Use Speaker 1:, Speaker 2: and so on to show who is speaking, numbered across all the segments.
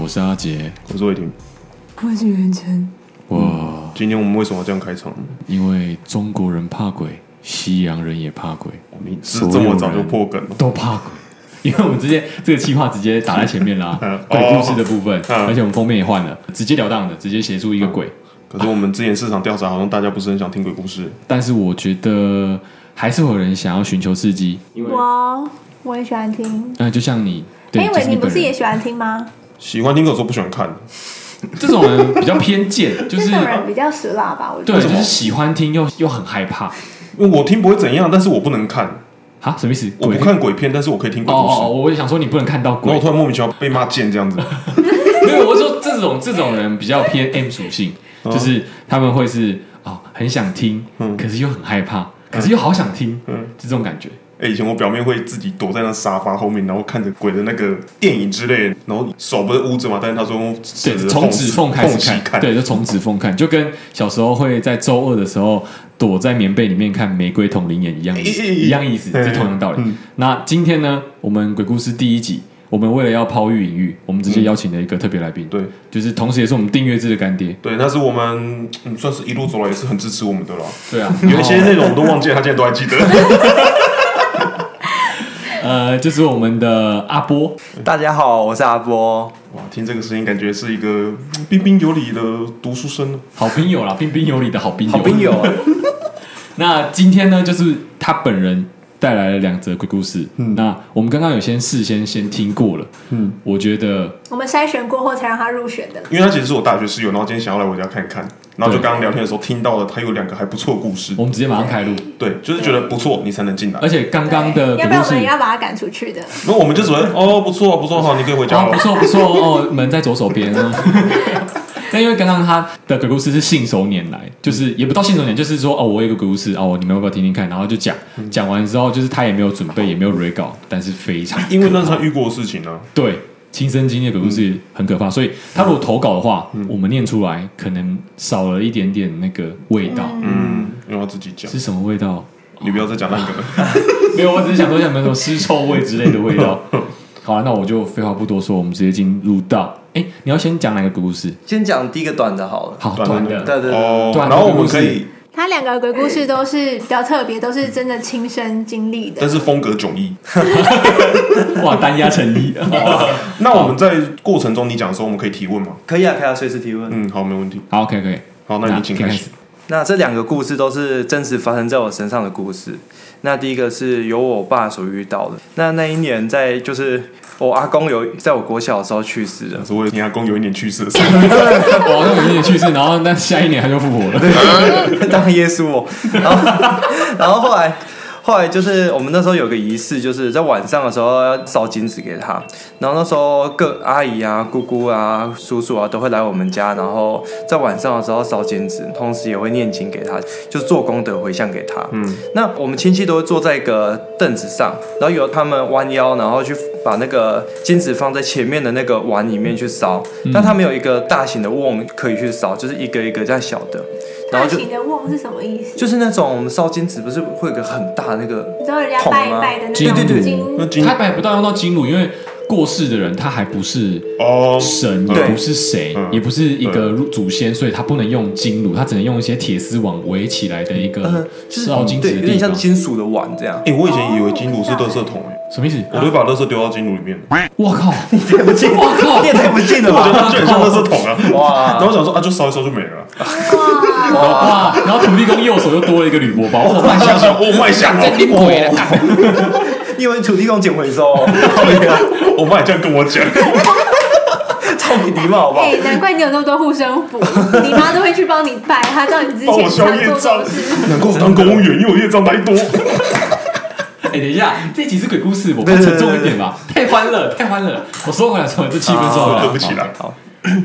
Speaker 1: 我是阿杰，
Speaker 2: 我是魏婷。
Speaker 3: 我是袁晨，
Speaker 1: 哇，
Speaker 2: 今天我们为什么要这样开场呢？
Speaker 1: 因为中国人怕鬼，西洋人也怕鬼，
Speaker 2: 我们是
Speaker 1: 所有
Speaker 2: 这么早
Speaker 1: 人
Speaker 2: 就破梗了，
Speaker 1: 都怕鬼。因为我们直接这个计划直接打在前面啦
Speaker 2: 嗯，
Speaker 1: 鬼故事的部分，
Speaker 2: 嗯
Speaker 1: 而且我们封面也换了，直截了当的，直接写出一个鬼。
Speaker 2: 可是我们之前市场调查好像大家不是很想听鬼故事，
Speaker 1: 但是我觉得还是会有人想要寻求刺激，因为
Speaker 3: 我我也喜欢听。
Speaker 1: 那就像你，对，
Speaker 3: 哎，
Speaker 1: 就
Speaker 3: 伟
Speaker 1: 你
Speaker 3: 霆不
Speaker 1: 本
Speaker 3: 是也
Speaker 1: 人，
Speaker 3: 喜欢听吗？
Speaker 2: 喜欢听可是不喜欢看。
Speaker 1: 这种人比较偏 见，就
Speaker 3: 这
Speaker 1: 是
Speaker 3: 种人比较死辣吧，我觉
Speaker 1: 对，
Speaker 3: 得。
Speaker 1: 就是喜欢听又又很害怕
Speaker 2: 因为我听不会怎样，但是我不能看，
Speaker 1: 啊，什么意思？
Speaker 2: 我
Speaker 1: 鬼
Speaker 2: 不看鬼片，但是我可以听
Speaker 1: 哦
Speaker 2: 鬼故
Speaker 1: 哦，哦
Speaker 2: 事。
Speaker 1: 我想说你不能看到
Speaker 2: 然后
Speaker 1: 鬼
Speaker 2: 我突，然莫名其妙被骂贱这样子，
Speaker 1: 没有，我是说这种这种人比较偏 M 属性，就是他们会是哦很想听，
Speaker 2: 哦嗯
Speaker 1: 可是又很害怕，可是又好想听，
Speaker 2: 嗯，
Speaker 1: 这种感觉。
Speaker 2: 哎、以前我表妹会自己躲在那沙发后面，然后看着鬼的那个电影之类的，然后手不是捂着嘛，但是她说用
Speaker 1: 对，
Speaker 2: 指着
Speaker 1: 从指缝开
Speaker 2: 缝
Speaker 1: 始
Speaker 2: 隙看，
Speaker 1: 对，就从指缝看，就跟小时候会在周二的时候躲在棉被里面看《玫瑰同林眼》一样意思，
Speaker 2: 哎哎哎
Speaker 1: 一样意思，
Speaker 2: 哎
Speaker 1: 是同样道理
Speaker 2: 嗯。
Speaker 1: 那今天呢，我们鬼故事第一集，我们为了要抛玉引玉，我们直接邀请了一个特别来宾，
Speaker 2: 嗯对
Speaker 1: 就是同时也是我们订阅制的干爹。
Speaker 2: 对，那是我们嗯算是一路走来也是很支持我们 的啦。
Speaker 1: 对啊，
Speaker 2: 有一些内容我都忘记了，他竟然都还记得。
Speaker 1: 呃，就是我们的阿波，
Speaker 4: 大家好，我是阿波。
Speaker 2: 哇，听这个声音感觉是一个嗯彬彬有礼的读书生。
Speaker 1: 好兵友啦，彬彬有礼的好兵友。
Speaker 4: 好朋友啊，
Speaker 1: 那今天呢，就是他本人带来了两则鬼故事。
Speaker 4: 嗯
Speaker 1: 那我们刚刚有先事先先听过了，嗯，我觉得
Speaker 3: 我们筛选过后才让他入选的啦。
Speaker 2: 因为他其实是我大学室友，然后今天想要来我家看看，然后就
Speaker 1: 对
Speaker 2: 刚刚聊天的时候听到了他有两个还不错的故事
Speaker 1: 我，们直接马上开录，
Speaker 2: 对，就是觉得不错，你才能进来
Speaker 1: 哦而。且刚刚的鬼
Speaker 3: 对要不然
Speaker 1: 故
Speaker 3: 我
Speaker 1: 事
Speaker 3: 们。要把他赶出去的。
Speaker 2: 那我们就只能哦，不错不错，好，你可以回家
Speaker 1: 哦，
Speaker 2: 了
Speaker 1: 不。错不错哦，门在左手边啊。那因为刚刚他的鬼故事是信手拈
Speaker 4: 嗯
Speaker 1: 来，就是也不到信手拈，就是说哦，我有一个鬼故事哦，你们要不要听听看？然后就讲，
Speaker 4: 嗯
Speaker 1: 讲完之后就是他也没有准备，也没有 re 稿，但是非常
Speaker 2: 因为那是他遇过的事情啊，
Speaker 1: 对，亲身经历的鬼故事很可怕，所以他如果投稿的话，我们念出来可能少了一点点那个味道，
Speaker 2: 嗯，因为他自己讲，
Speaker 1: 是什么味道？
Speaker 2: 你不要再讲那个了。
Speaker 1: 没有，我只是想说有没有什么尸臭味之类的味道。好啊了，那我就废话不多说，我们直接进入到，哎，你要先讲哪个鬼故事？
Speaker 4: 先讲第一个短的好了。
Speaker 1: 好，
Speaker 2: 短
Speaker 1: 短
Speaker 2: 的
Speaker 1: 的，
Speaker 4: 对对对
Speaker 2: 哦，
Speaker 1: 短的
Speaker 2: 然后我们
Speaker 1: 故事
Speaker 2: 可以，
Speaker 3: 他两个鬼故事都是比较特别，都是真的亲身经历的
Speaker 2: 但。是风格迥异。
Speaker 1: 哇，单压成一，
Speaker 2: 那我们在过程中你讲的时候，我们可以提问吗？
Speaker 4: 可以啊，可以啊，随时提问。
Speaker 2: 嗯，好，没问题。
Speaker 1: 好，OK，可以。
Speaker 2: 好，那你请开始。。
Speaker 4: 那这两个故事都是真实发生在我身上的故事。那第一个是由我爸所遇到的。那那一年在就是我阿公有在我国小的时候去世了
Speaker 2: 可。是我你阿公有一点去世的事，
Speaker 1: 哇，那我有点去世，然后那下一年他就复活了。
Speaker 4: 当耶稣哦。然后， 然后后来，后来就是我们那时候有个仪式，就是在晚上的时候要烧金纸给他。然后那时候各阿姨啊、姑姑啊、叔叔啊都会来我们家，然后在晚上的时候烧金纸，同时也会念经给他，就是做功德回向给他。嗯，那我们亲戚都会坐在一个凳子上，然后由他们弯腰，然后去把那个金纸放在前面的那个碗里面去烧。但他们有一个大型的瓮可以去烧，就是一个一个这样小的。然
Speaker 3: 大
Speaker 4: 后就
Speaker 3: 型的瓮是什么意思？
Speaker 4: 就是那种我们烧金纸不是会有个很大的那个
Speaker 3: 你知道人家
Speaker 4: 桶
Speaker 3: 拜一
Speaker 4: 吗
Speaker 3: 拜的那
Speaker 1: 金
Speaker 3: 种
Speaker 1: 对对
Speaker 2: 那
Speaker 3: 金，
Speaker 2: 今
Speaker 1: 他买不到用到金炉，因为过世的人他还不是
Speaker 2: 哦，
Speaker 1: 神也
Speaker 4: 对
Speaker 1: 不是谁
Speaker 2: 嗯，
Speaker 1: 也不是一个祖先，所以他不能用金炉，他只能用一些铁丝网围起来的一
Speaker 4: 呃
Speaker 1: 个，
Speaker 4: 就是
Speaker 1: 烧金
Speaker 4: 对，
Speaker 1: 纸
Speaker 4: 有
Speaker 1: 的
Speaker 4: 点
Speaker 1: 地方
Speaker 4: 像。金属的碗这样。
Speaker 2: 哎、我以前
Speaker 4: 哦
Speaker 2: 以为金炉是垃
Speaker 4: 哎
Speaker 2: 圾桶、欸，
Speaker 1: 什么意思？
Speaker 4: 啊
Speaker 2: 我都会把垃圾丢到金炉里面，
Speaker 1: 我靠！
Speaker 4: 对不进，
Speaker 1: 我靠
Speaker 4: 你也太不近了
Speaker 2: 我觉得
Speaker 4: 吧！
Speaker 2: 它就很像垃圾桶啊。然
Speaker 4: 哇，
Speaker 2: 后我想说啊，就烧一烧就没了。
Speaker 3: 哇，
Speaker 4: 啊
Speaker 1: 哇！然后土地公右手又多了一个铝箔包，我
Speaker 2: 卖相我卖相哦
Speaker 1: 在你鬼了！
Speaker 4: 啊你以为土地公捡回收？ 啊
Speaker 2: 我妈也这样跟我讲，
Speaker 4: 超没礼貌好不好
Speaker 3: 哎，？难怪你有那么多护身 符，你妈都会去帮你拜，她知道你
Speaker 1: 哦
Speaker 3: 之
Speaker 2: 帮我
Speaker 3: 前
Speaker 2: 消
Speaker 3: 常
Speaker 2: 业
Speaker 3: 做
Speaker 2: 障
Speaker 3: 错事。。
Speaker 2: 难怪我当公务员，因为我业障太多。
Speaker 1: 哎，等一下，这集是鬼故事，我们
Speaker 4: 对对
Speaker 1: 沉
Speaker 4: 对
Speaker 1: 重一点吧，太欢乐，太欢乐。我收回来，收回来，这气氛收回
Speaker 4: 啊
Speaker 1: 来，
Speaker 2: 啊 对不起啦，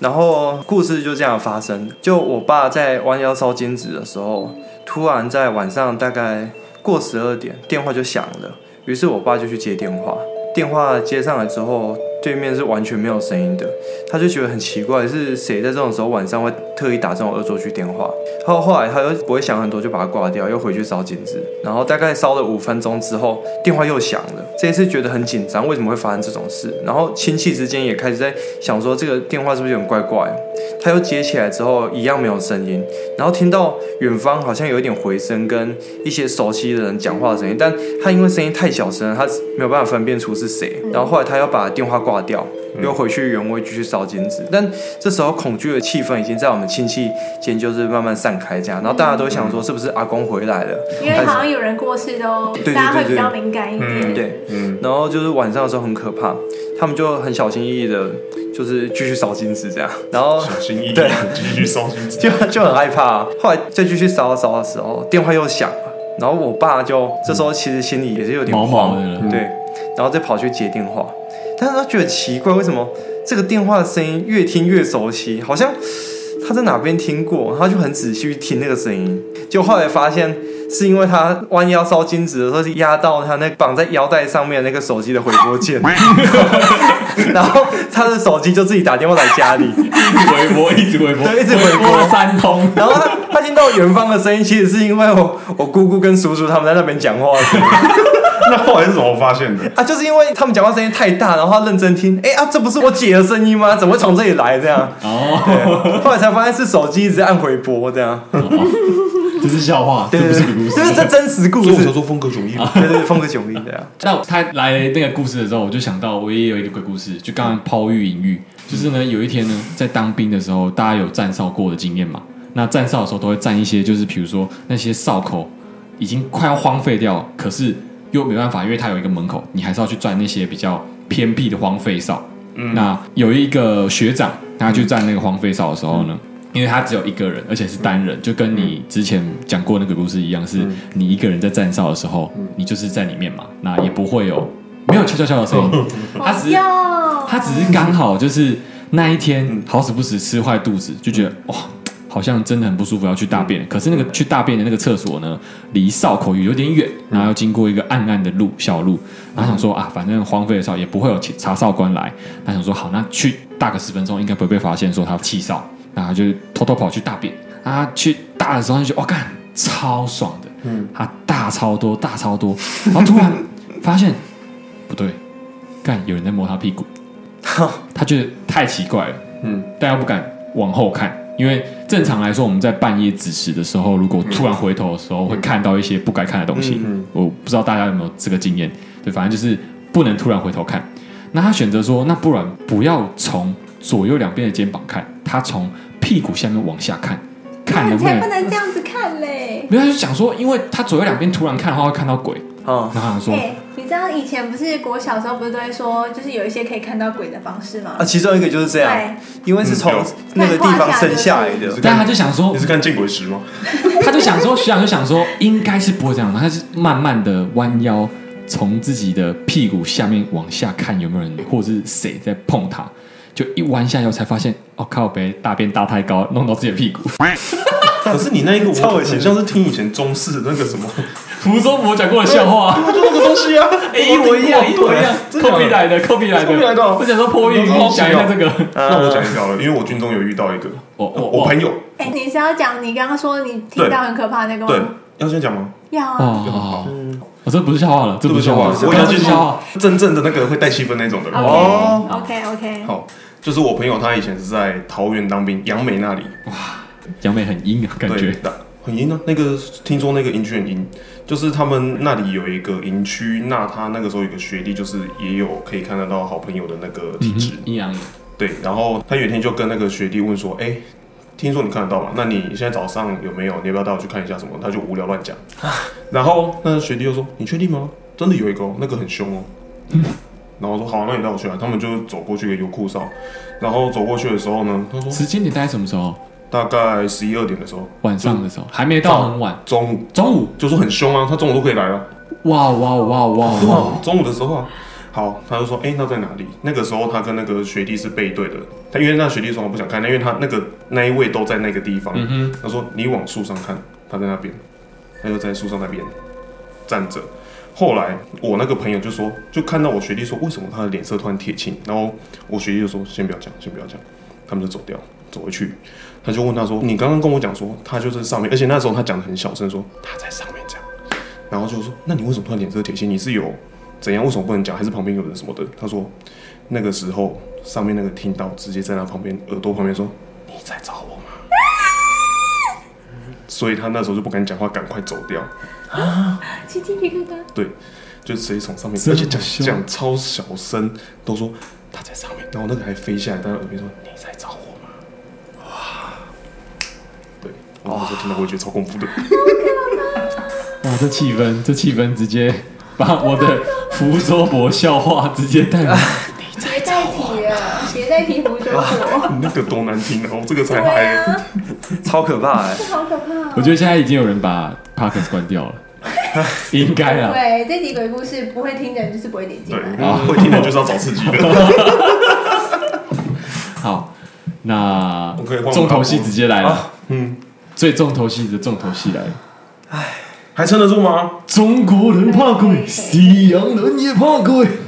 Speaker 4: 然后故事就这样发生。就我爸在弯腰烧金纸的时候，突然在晚上大概过十二点，电话就响了。于是我爸就去接电话。电话接上来之后，对面是完全没有声音的，他就觉得很奇怪，是谁在这种时候晚上会特意打这种恶作剧电话？后后来他又不会想很多，就把它挂掉，又回去烧金子，然后大概烧了五分钟之后，电话又响了。这一次觉得很紧张，为什么会发生这种事？然后亲戚之间也开始在想说，这个电话是不是有点怪怪？他又接起来之后，一样没有声音，然后听到远方好像有一点回声，跟一些熟悉的人讲话的声音，但他因为声音太小声了，他没有办法分辨出是谁。
Speaker 3: 嗯
Speaker 4: 然后后来他要把电话挂掉，又回去原位继续烧金纸。但这时候恐惧的气氛已经在我们亲戚间就是慢慢散开，这样，然后大家都想说是不是阿公回来了？
Speaker 3: 因为好像有人过世都，
Speaker 4: 对对
Speaker 3: 大家会
Speaker 4: 对
Speaker 3: 比
Speaker 4: 对
Speaker 3: 较敏感一点。
Speaker 4: 对，
Speaker 2: 嗯，
Speaker 4: 然后就是晚上的时候很可怕，他们就很小心翼翼的，就是继续烧金纸这样，然后。
Speaker 2: 小心翼翼地继续烧金子。
Speaker 4: 就就很害怕、啊后来再继续啊烧烧的时候，电话又响了，然后我爸就这时候其实心里也是有点
Speaker 1: 毛
Speaker 4: 慌，
Speaker 1: 毛的嗯了。哦
Speaker 4: 对，然后再跑去接电话，但是他觉得奇怪，为什么这个电话的声音越听越熟悉，好像他在哪边听过，他就很仔细去听那个声音，就后来发现。是因为他弯腰烧金纸的时候，是压到他那绑在腰带上面的那个手机的回拨 键，然后他的手机就自己打电话来家里，
Speaker 1: 一直回拨，一直回拨，
Speaker 4: 对一直回拨
Speaker 1: 了三通。
Speaker 4: 然后他他听到远方的声音，其实是因为我我姑姑跟叔叔他们在那边讲话的声音
Speaker 2: 那后来是怎么发现的？
Speaker 4: 啊，就是因为他们讲话声音太大，然后他认真听，哎啊，这不是我姐的声音吗？怎么会从这里来？这样，
Speaker 1: 哦，
Speaker 4: 对，后来才发现是手机一直按回拨，这样，
Speaker 1: 这是笑话，这
Speaker 4: 对
Speaker 1: 不
Speaker 4: 对
Speaker 1: 是个故
Speaker 4: 对，
Speaker 1: 事。
Speaker 4: 就是这啊真实故
Speaker 2: 所以我
Speaker 4: 事
Speaker 2: 才，说风格迥异嘛。
Speaker 4: 对对，风格迥异的呀，
Speaker 1: 那他来那个故事的时候，我就想到我也有一个鬼故事，就刚刚抛玉引玉，就是呢，有一天呢，在当兵的时候，大家有站哨过的经验嘛？那站哨的时候都会站一些，就是比如说那些哨口已经快要荒废掉，可是又没办法，因为它有一个门口，你还是要去站那些比较偏僻的荒废哨。那有一个学长，他去站那个荒废哨的时候呢，因为他只有一个人，而且是单人，就跟你之前讲过那个故事一样，是你一个人在站哨的时候，你就是在里面嘛，那也不会有没有悄悄悄的声音，
Speaker 3: 哦
Speaker 1: 他只是
Speaker 3: 哟，
Speaker 1: 他只是刚好就是那一天好死不死吃坏肚子，就觉得哇。好像真的很不舒服，要去大便。可是那个去大便的那个厕所呢，离哨口有点远，然后要经过一个暗暗的路小路。然后想说啊，反正荒废的哨也不会有查哨官来。他想说好，那去大个十分钟，应该不会被发现说他弃哨。然后他就偷偷跑去大便。他去大的时候他就觉得哇，干超爽的，嗯，他大超多，大超多。然后突然发现不对，干有人在摸他屁股。他觉得太奇怪了，嗯
Speaker 2: 嗯，
Speaker 1: 但又不敢往后看，因为正常来说，我们在半夜子时的时候，如果突然回头的时候，会看到一些不该看的东西。
Speaker 2: 嗯
Speaker 1: 我不知道大家有没有这个经验，对，反正就是不能突然回头看。那他选择说，那不然不要从左右两边的肩膀看，他从屁股下面往下看，看能不
Speaker 3: 才
Speaker 1: 能
Speaker 3: 不？能这样子看嘞。
Speaker 1: 没有，他就想说，因为他左右两边突然看的话，会看到鬼。
Speaker 4: 啊，
Speaker 1: 然后他说，
Speaker 3: 哎，你知道以前不是国小时候不是都会说，就是有一些可以看到鬼的方式吗
Speaker 4: 啊，？其中一个就是这样
Speaker 3: 对，
Speaker 4: 因为是从
Speaker 2: 嗯
Speaker 4: 那个地方生下来的，
Speaker 1: 但他就想说
Speaker 2: 你，是看《见鬼时》吗？
Speaker 1: 他就想说，学长就想说，应该是不会这样的，他是慢慢的弯腰，从自己的屁股下面往下看有没有人或者是谁在碰他，就一弯下腰才发现，哦靠北，大便搭太高，弄到自己的屁股。
Speaker 2: 可是你那一个，
Speaker 4: 超
Speaker 2: 我
Speaker 4: 恶心啊
Speaker 2: 很像是听以前中式的那个什么，
Speaker 1: 福州我讲过的笑话、啊，
Speaker 2: 就那个东西啊，
Speaker 4: 哦
Speaker 1: 哎一模一样，一模一样
Speaker 2: 真的假的
Speaker 1: ，copy 来的，copy 来的
Speaker 2: copy 来的哦
Speaker 1: 我想说破音，
Speaker 2: 好
Speaker 1: 你
Speaker 2: 好
Speaker 1: 讲
Speaker 2: 笑
Speaker 1: 一下这个，
Speaker 2: 那我讲一个好了，因为我军中有遇到一个，
Speaker 1: 我我
Speaker 2: 我朋友，
Speaker 3: 哎，你是要讲你刚刚说你听到很可怕
Speaker 4: 啊
Speaker 3: 那个
Speaker 2: 对
Speaker 3: 吗？，
Speaker 2: 要先讲吗？
Speaker 3: 要啊，
Speaker 1: 哦，好好，我这不是笑话了，这不是笑话了，
Speaker 2: 我已
Speaker 1: 这
Speaker 2: 经进
Speaker 1: 不是笑话，
Speaker 2: 入真正的那个会带气氛那种的了。
Speaker 4: 哦
Speaker 3: OK OK，
Speaker 2: 好，就是我朋友他以前是在桃园当兵，杨梅那里，
Speaker 1: 杨梅很阴啊，感
Speaker 2: 对
Speaker 1: 觉，
Speaker 2: 那很阴啊。那个听说那个营区很阴，就是他们那里有一个营区，那他那个时候有个学弟，就是也有可以看得到好朋友的那个体质，
Speaker 1: 阴阳眼，
Speaker 2: 对。然后他有一天就跟那个学弟问说：“哎、听说你看得到嘛？那你现在早上有没有？你要不要带我去看一下什么？”他就无聊乱讲。然后那学弟就说：“你确定吗？真的有一个、哦，那个很凶哦。”然后我说：“好，那你带我去啊。”他们就走过去一个油库上，然后走过去的时候呢，他说
Speaker 1: 时间点大概什么时候？
Speaker 2: 大概十一二点的时候，
Speaker 1: 晚上的时候，还没到很晚，
Speaker 2: 中午
Speaker 1: 中午，
Speaker 2: 就说很凶啊，他中午都可以来啊。
Speaker 1: 哇哇哇哇哇！
Speaker 2: 中午的时候啊，好，他就说，哎、那在哪里？那个时候他跟那个学弟是背对的，他因为那学弟说我不想看，那因为他那个那一位都在那个地方，
Speaker 1: 嗯哼，
Speaker 2: 他说你往树上看，他在那边，他就在树上那边。站着。后来我那个朋友就说，就看到我学弟说，为什么他的脸色突然铁青？然后我学弟就说，先不要讲，先不要讲，他们就走掉，走回去。他就问他说，你刚刚跟我讲说他就在上面，而且那时候他讲的很小声，说他在上面这样。然后就说，那你为什么突然脸色铁青？你是有怎样？为什么不能讲？还是旁边有人什么的？他说，那个时候上面那个听到直接在他旁边耳朵旁边说，你在找我吗？ 所以他那时候就不敢讲话，赶快走掉。
Speaker 3: 起鸡皮疙瘩。
Speaker 2: 对，就直接从上面，
Speaker 1: 这
Speaker 2: 而
Speaker 1: 么
Speaker 2: 且讲
Speaker 1: 凶
Speaker 2: 讲超小声，都说他在上面，然后那个还飞下来，在他耳边说你在找我吗？哇，对，我那时候听到我也觉得超恐怖的，
Speaker 1: 哇，这气氛，这气氛直接把我的福州博笑话直接带满。
Speaker 3: 别再提了，别再提胡说 我。
Speaker 2: 那个多难听啊！我这个
Speaker 3: 对
Speaker 2: 才嗨，
Speaker 3: 啊，
Speaker 4: 超可怕哎、
Speaker 3: 这好可怕哦。
Speaker 1: 我觉得现在已经有人把 podcast 关掉 了，应该啊。
Speaker 3: 对，这集鬼故事不会听的人就是不会点进
Speaker 2: 对
Speaker 3: 来。，
Speaker 1: 啊
Speaker 2: 会听的就是要找刺激的。
Speaker 1: 好，那
Speaker 2: OK，换我
Speaker 1: 重头戏直接来了
Speaker 4: 啊，
Speaker 2: 嗯，
Speaker 1: 最重头戏的重头戏来了。
Speaker 2: 还撑得住吗？
Speaker 1: 中国人怕鬼，西洋人也怕鬼。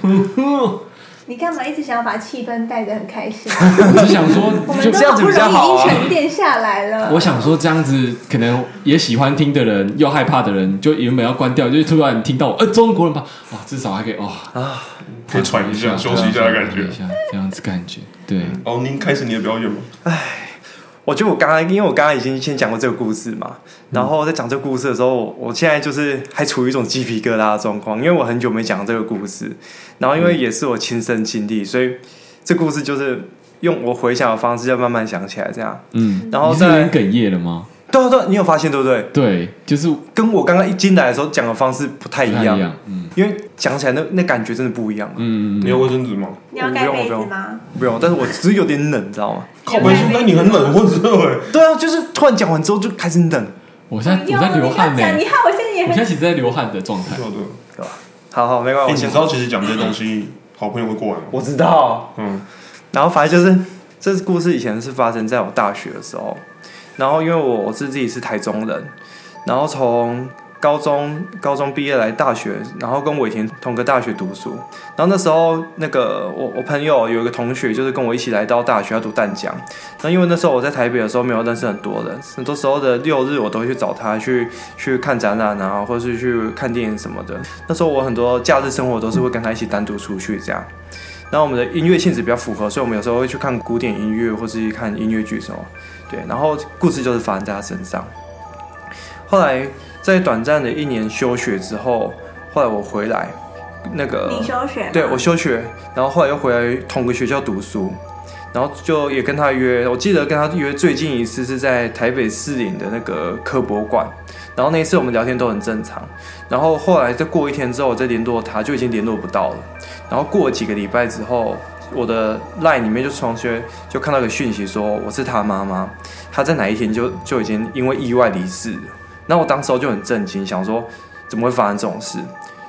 Speaker 3: 你干嘛一直想要把气氛带得很开心？
Speaker 1: 我只想
Speaker 3: 我
Speaker 1: 说，
Speaker 3: 们
Speaker 1: 就
Speaker 3: 都好
Speaker 4: 这样子
Speaker 3: 不容
Speaker 4: 比较
Speaker 3: 易
Speaker 4: 好
Speaker 3: 已
Speaker 4: 啊
Speaker 3: 经沉淀下来了。
Speaker 1: 我想说这样子，可能也喜欢听的人，又害怕的人，就原本要关掉，就突然听到我，呃，中国人怕，哇，至少还可以哇，
Speaker 2: 啊可以喘一下，休息一下的感
Speaker 1: 对
Speaker 2: 觉
Speaker 1: 啊。喘一下这样子感觉，对，
Speaker 2: 哦，您开始你的表演吗？
Speaker 4: 我觉得我刚刚，因为我刚刚已经先讲过这个故事嘛，然后在讲这个故事的时候，我现在就是还处于一种鸡皮疙瘩的状况，因为我很久没讲这个故事，然后因为也是我亲身经历，所以这故事就是用我回想的方式，要慢慢想起来这样。
Speaker 1: 嗯，
Speaker 4: 然后
Speaker 1: 你是有
Speaker 4: 再
Speaker 1: 点哽咽了吗？
Speaker 4: 对啊对啊，你有发现对不对？
Speaker 1: 对，就是不
Speaker 4: 跟我刚刚一进来的时候讲的方式不太
Speaker 1: 太
Speaker 4: 一
Speaker 1: 一
Speaker 4: 样，
Speaker 1: 样，嗯
Speaker 4: 因为讲起来那那感觉真的不一样。
Speaker 1: 嗯嗯
Speaker 2: 你
Speaker 1: 嗯，
Speaker 2: 要卫生纸吗？
Speaker 3: 你要盖被子吗？
Speaker 4: 不用，但是我只是有点冷，你知道吗？
Speaker 2: 靠背说，那你很冷，或者
Speaker 4: 对啊，就是突然讲完之后就开始冷，
Speaker 1: 我
Speaker 3: 不
Speaker 1: 现在
Speaker 3: 用，
Speaker 1: 我在流汗
Speaker 3: 哦你
Speaker 1: 呢
Speaker 3: 要，讲你看我现在也
Speaker 1: 我现在
Speaker 3: 很
Speaker 1: 其实在流汗的状态
Speaker 2: 对，对对。
Speaker 4: 对吧？好好，没关
Speaker 2: 哎，你
Speaker 4: 系，我
Speaker 2: 知
Speaker 4: 先
Speaker 2: 道其实讲这些东西，好朋友会过来吗？
Speaker 4: 我知道。
Speaker 2: 嗯，
Speaker 4: 然后反正就是，这故事以前是发生在我大学的时候。然后因为我我是自己是台中人，然后从高中高中毕业来大学，然后跟我以前同个大学读书。然后那时候那个我我朋友有一个同学，就是跟我一起来到大学要读淡江。那因为那时候我在台北的时候没有认识很多人，很多时候的六日我都会去找他去去看展览啊，或是去看电影什么的。那时候我很多假日生活都是会跟他一起单独出去这样。然后我们的音乐性质比较符合，所以我们有时候会去看古典音乐或是看音乐剧什么。对，然后故事就是发生在他身上。后来在短暂的一年休学之后，后来我回来，那个
Speaker 3: 你休学吗？
Speaker 4: 对我休学，然后后来又回来同个学校读书，然后就也跟他约，我记得跟他约最近一次是在台北市林的那个科博馆，然后那一次我们聊天都很正常，然后后来再过一天之后我再联络他，就已经联络不到了，然后过了几个礼拜之后，我的 LINE 里面就传学就看到个讯息说我是他妈妈，他在哪一天就就已经因为意外离世了，那我当时候就很震惊，想说怎么会发生这种事？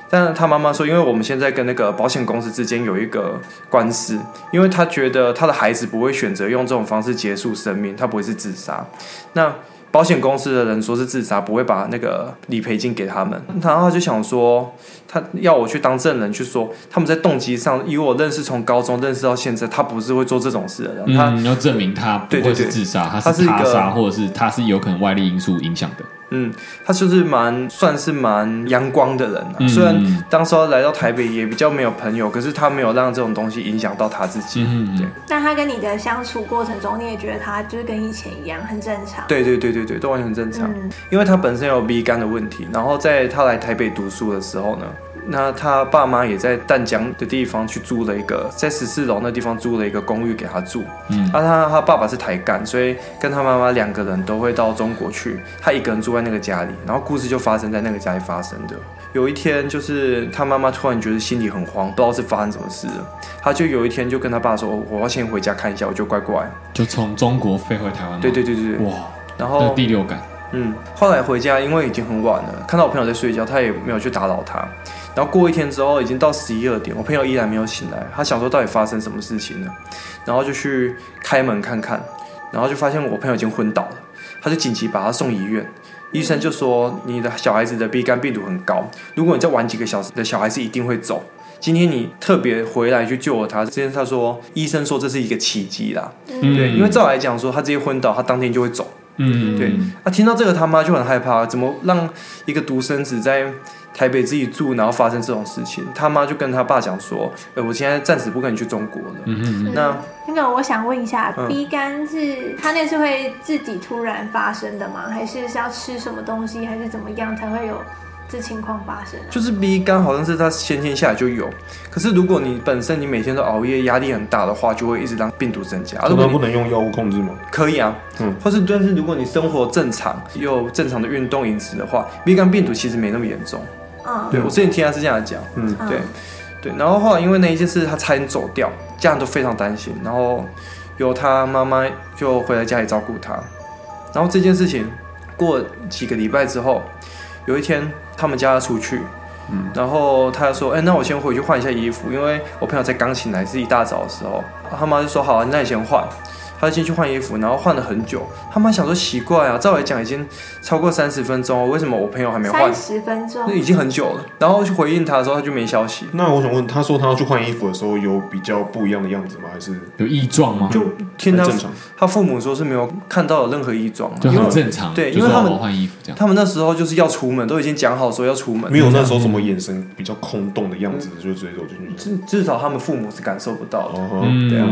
Speaker 4: 但他妈妈说，因为我们现在跟那个保险公司之间有一个官司，因为他觉得他的孩子不会选择用这种方式结束生命，他不会是自杀。那保险公司的人说是自杀，不会把那个理赔金给他们。然后他就想说，他要我去当证人去说，他们在动机上，以我认识从高中认识到现在，他不是会做这种事的人。他
Speaker 1: 嗯，要证明他不
Speaker 4: 对
Speaker 1: 会
Speaker 4: 对
Speaker 1: 是
Speaker 4: 对
Speaker 1: 自杀，他
Speaker 4: 他
Speaker 1: 是
Speaker 4: 是一
Speaker 1: 他
Speaker 4: 个
Speaker 1: 杀，或者是他是有可能外力因素影响的。
Speaker 4: 嗯，他就是蛮算是蛮阳光的人、啊，
Speaker 1: 嗯
Speaker 4: 虽然当时候来到台北也比较没有朋友，可是他没有让这种东西影响到他自己。
Speaker 1: 嗯嗯
Speaker 3: 那他跟你的相处过程中，你也觉得他就是跟以前一样很正常。
Speaker 4: 对对对对对，都完全正常。
Speaker 3: 嗯，
Speaker 4: 因为他本身有 B 肝的问题，然后在他来台北读书的时候呢，那他爸妈也在淡江的地方去租了一个，在十四楼那地方租了一个公寓给他住。
Speaker 1: 嗯
Speaker 4: 啊，他他爸爸是台干，所以跟他妈妈两个人都会到中国去，他一个人住在那个家里，然后故事就发生在那个家里发生的。有一天，就是他妈妈突然觉得心里很慌，不知道是发生什么事了。他就有一天就跟他爸说：“哦我要先回家看一下，我就乖乖。
Speaker 1: 就从中国飞回台湾吗。
Speaker 4: 对对对对对。
Speaker 1: 哇，
Speaker 4: 然
Speaker 1: 这
Speaker 4: 后
Speaker 1: 第六感，
Speaker 4: 嗯，后来回家，因为已经很晚了，看到我朋友在睡觉，他也没有去打扰他。然后过一天之后，已经到十一二点，我朋友依然没有醒来，他想说到底发生什么事情了，然后就去开门看看，然后就发现我朋友已经昏倒了，他就紧急把他送医院。医生就说你的小孩子的 B 肝病毒很高，如果你再晚几个小时，你的小孩是一定会走。今天你特别回来去救了他，今天他说医生说这是一个奇迹啦，对，因为照来讲说他直接昏倒，他当天就会走。
Speaker 1: 嗯
Speaker 4: 对，啊，听到这个他妈就很害怕，怎么让一个独生子在台北自己住，然后发生这种事情？他妈就跟他爸讲说：“呃，我现在暂时不跟你去中国了。
Speaker 1: 嗯
Speaker 4: 那
Speaker 3: 那个我想问一下、
Speaker 4: 嗯
Speaker 3: b 肝是它那是会自己突然发生的吗？还是是要吃什么东西，还是怎么样才会有这情况发生啊？
Speaker 4: 就是 B 肝好像是他先天下来就有，可是如果你本身你每天都熬夜，压力很大的话，就会一直让病毒增加。啊、如果
Speaker 2: 那
Speaker 4: 你
Speaker 2: 不能用药物控制吗？
Speaker 4: 可以啊，
Speaker 2: 嗯
Speaker 4: 或是但是如果你生活正常又正常的运动饮食的话，B 肝病毒其实没那么严重。
Speaker 3: 嗯，
Speaker 4: 对我之前听他是这样讲。”
Speaker 2: 嗯，
Speaker 3: 嗯
Speaker 4: 对对，然后后来因为那一件事，他差点走掉，家人都非常担心，然后由他妈妈就回来家里照顾他。然后这件事情过几个礼拜之后，有一天他们家出去，嗯，然后他就说：“哎、那我先回去换一下衣服，因为我朋友才刚醒来，是一大早的时候。”他妈就说：“好、啊，那你先换。”他就先去换衣服，然后换了很久。他妈想说奇怪啊，照理讲已经超过三十分钟了，为什么我朋友还没换
Speaker 3: 三？十分钟
Speaker 4: 那，已经很久了。然后去回应他的时候，他就没消息。
Speaker 2: 那我想问，他说他要去换衣服的时候有比较不一样的样子吗？还是
Speaker 1: 有异状吗？
Speaker 4: 就听
Speaker 2: 很
Speaker 4: 他
Speaker 2: 正常？
Speaker 4: 他父母说是没有看到有任何异状啊，
Speaker 1: 就
Speaker 4: 因为
Speaker 1: 很正常，
Speaker 4: 对
Speaker 1: 就
Speaker 4: 因为
Speaker 1: 说
Speaker 4: 他们
Speaker 1: 我换衣服这样。
Speaker 4: 他们那时候就是要出门，都已经讲好说要出门，
Speaker 2: 没有那时候什么眼神比较空洞的样子，就直接走进去。
Speaker 4: 至至少他们父母是感受不到的。
Speaker 2: 哦，
Speaker 1: 嗯，
Speaker 4: 对啊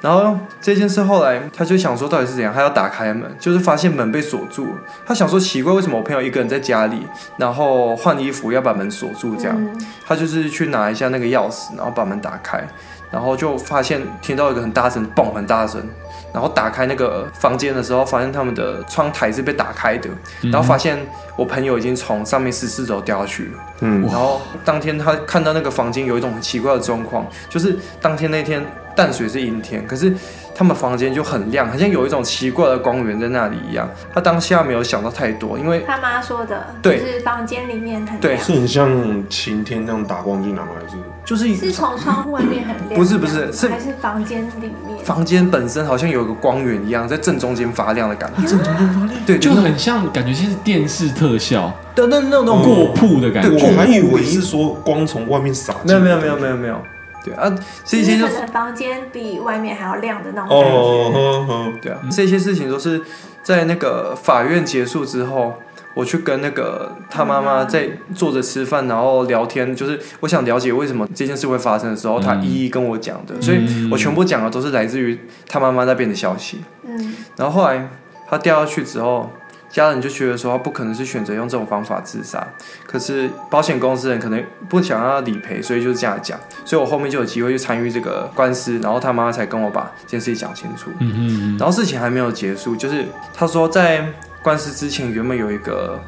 Speaker 4: 然后这件事后来他就想说到底是怎样，他要打开门，就是发现门被锁住了，他想说奇怪，为什么我朋友一个人在家里，然后换衣服要把门锁住这样，
Speaker 3: 嗯
Speaker 4: 他就是去拿一下那个钥匙，然后把门打开，然后就发现听到一个很大声，嘣，很大声。然后打开那个房间的时候，发现他们的窗台是被打开的，然后发现我朋友已经从上面十四楼掉下去了。
Speaker 2: 嗯
Speaker 1: 哇
Speaker 4: 然后当天他看到那个房间有一种很奇怪的状况，就是当天那天淡水是阴天，可是他们房间就很亮，好像有一种奇怪的光源在那里一样。他当下没有想到太多，因为
Speaker 3: 他妈说的，
Speaker 4: 对
Speaker 3: 就是房间里面很
Speaker 4: 对
Speaker 3: 亮，
Speaker 2: 是很像晴天那样打光进来吗？还是
Speaker 4: 就是
Speaker 3: 是从窗户外面很亮，
Speaker 4: 不是不是是
Speaker 3: 还是房间里面，
Speaker 4: 房间本身好像有一个光源一样，在正中间发亮的感觉。正中间发亮，对，
Speaker 1: 就
Speaker 4: 就是
Speaker 1: 很像，感觉像是电视特效
Speaker 4: 那那那种
Speaker 1: 过曝的感
Speaker 4: 对啊
Speaker 1: 觉
Speaker 2: 哦我。还以为是说光从外面洒进
Speaker 4: 没
Speaker 2: 来。
Speaker 4: 有没有没有没有没有，对啊，这些
Speaker 3: 就
Speaker 4: 就是
Speaker 3: 可能房间比外面还要亮的那种感觉。
Speaker 2: 哦呵呵，
Speaker 4: 对啊，这些事情都是在那个法院结束之后，我去跟那个他妈妈在坐着吃饭，然后聊天，就是我想了解为什么这件事会发生的时候，他
Speaker 1: 嗯
Speaker 4: 一一跟我讲的，所以我全部讲的都是来自于他妈妈那边的消息。
Speaker 3: 嗯，
Speaker 4: 然后后来他掉下去之后，家人就觉得说他不可能是选择用这种方法自杀，可是保险公司人可能不想要理赔，所以就是这样讲。所以我后面就有机会去参与这个官司，然后他妈妈才跟我把这件事情讲清楚。
Speaker 1: 嗯嗯
Speaker 4: 然后事情还没有结束，就是他说在官司之前原本有一个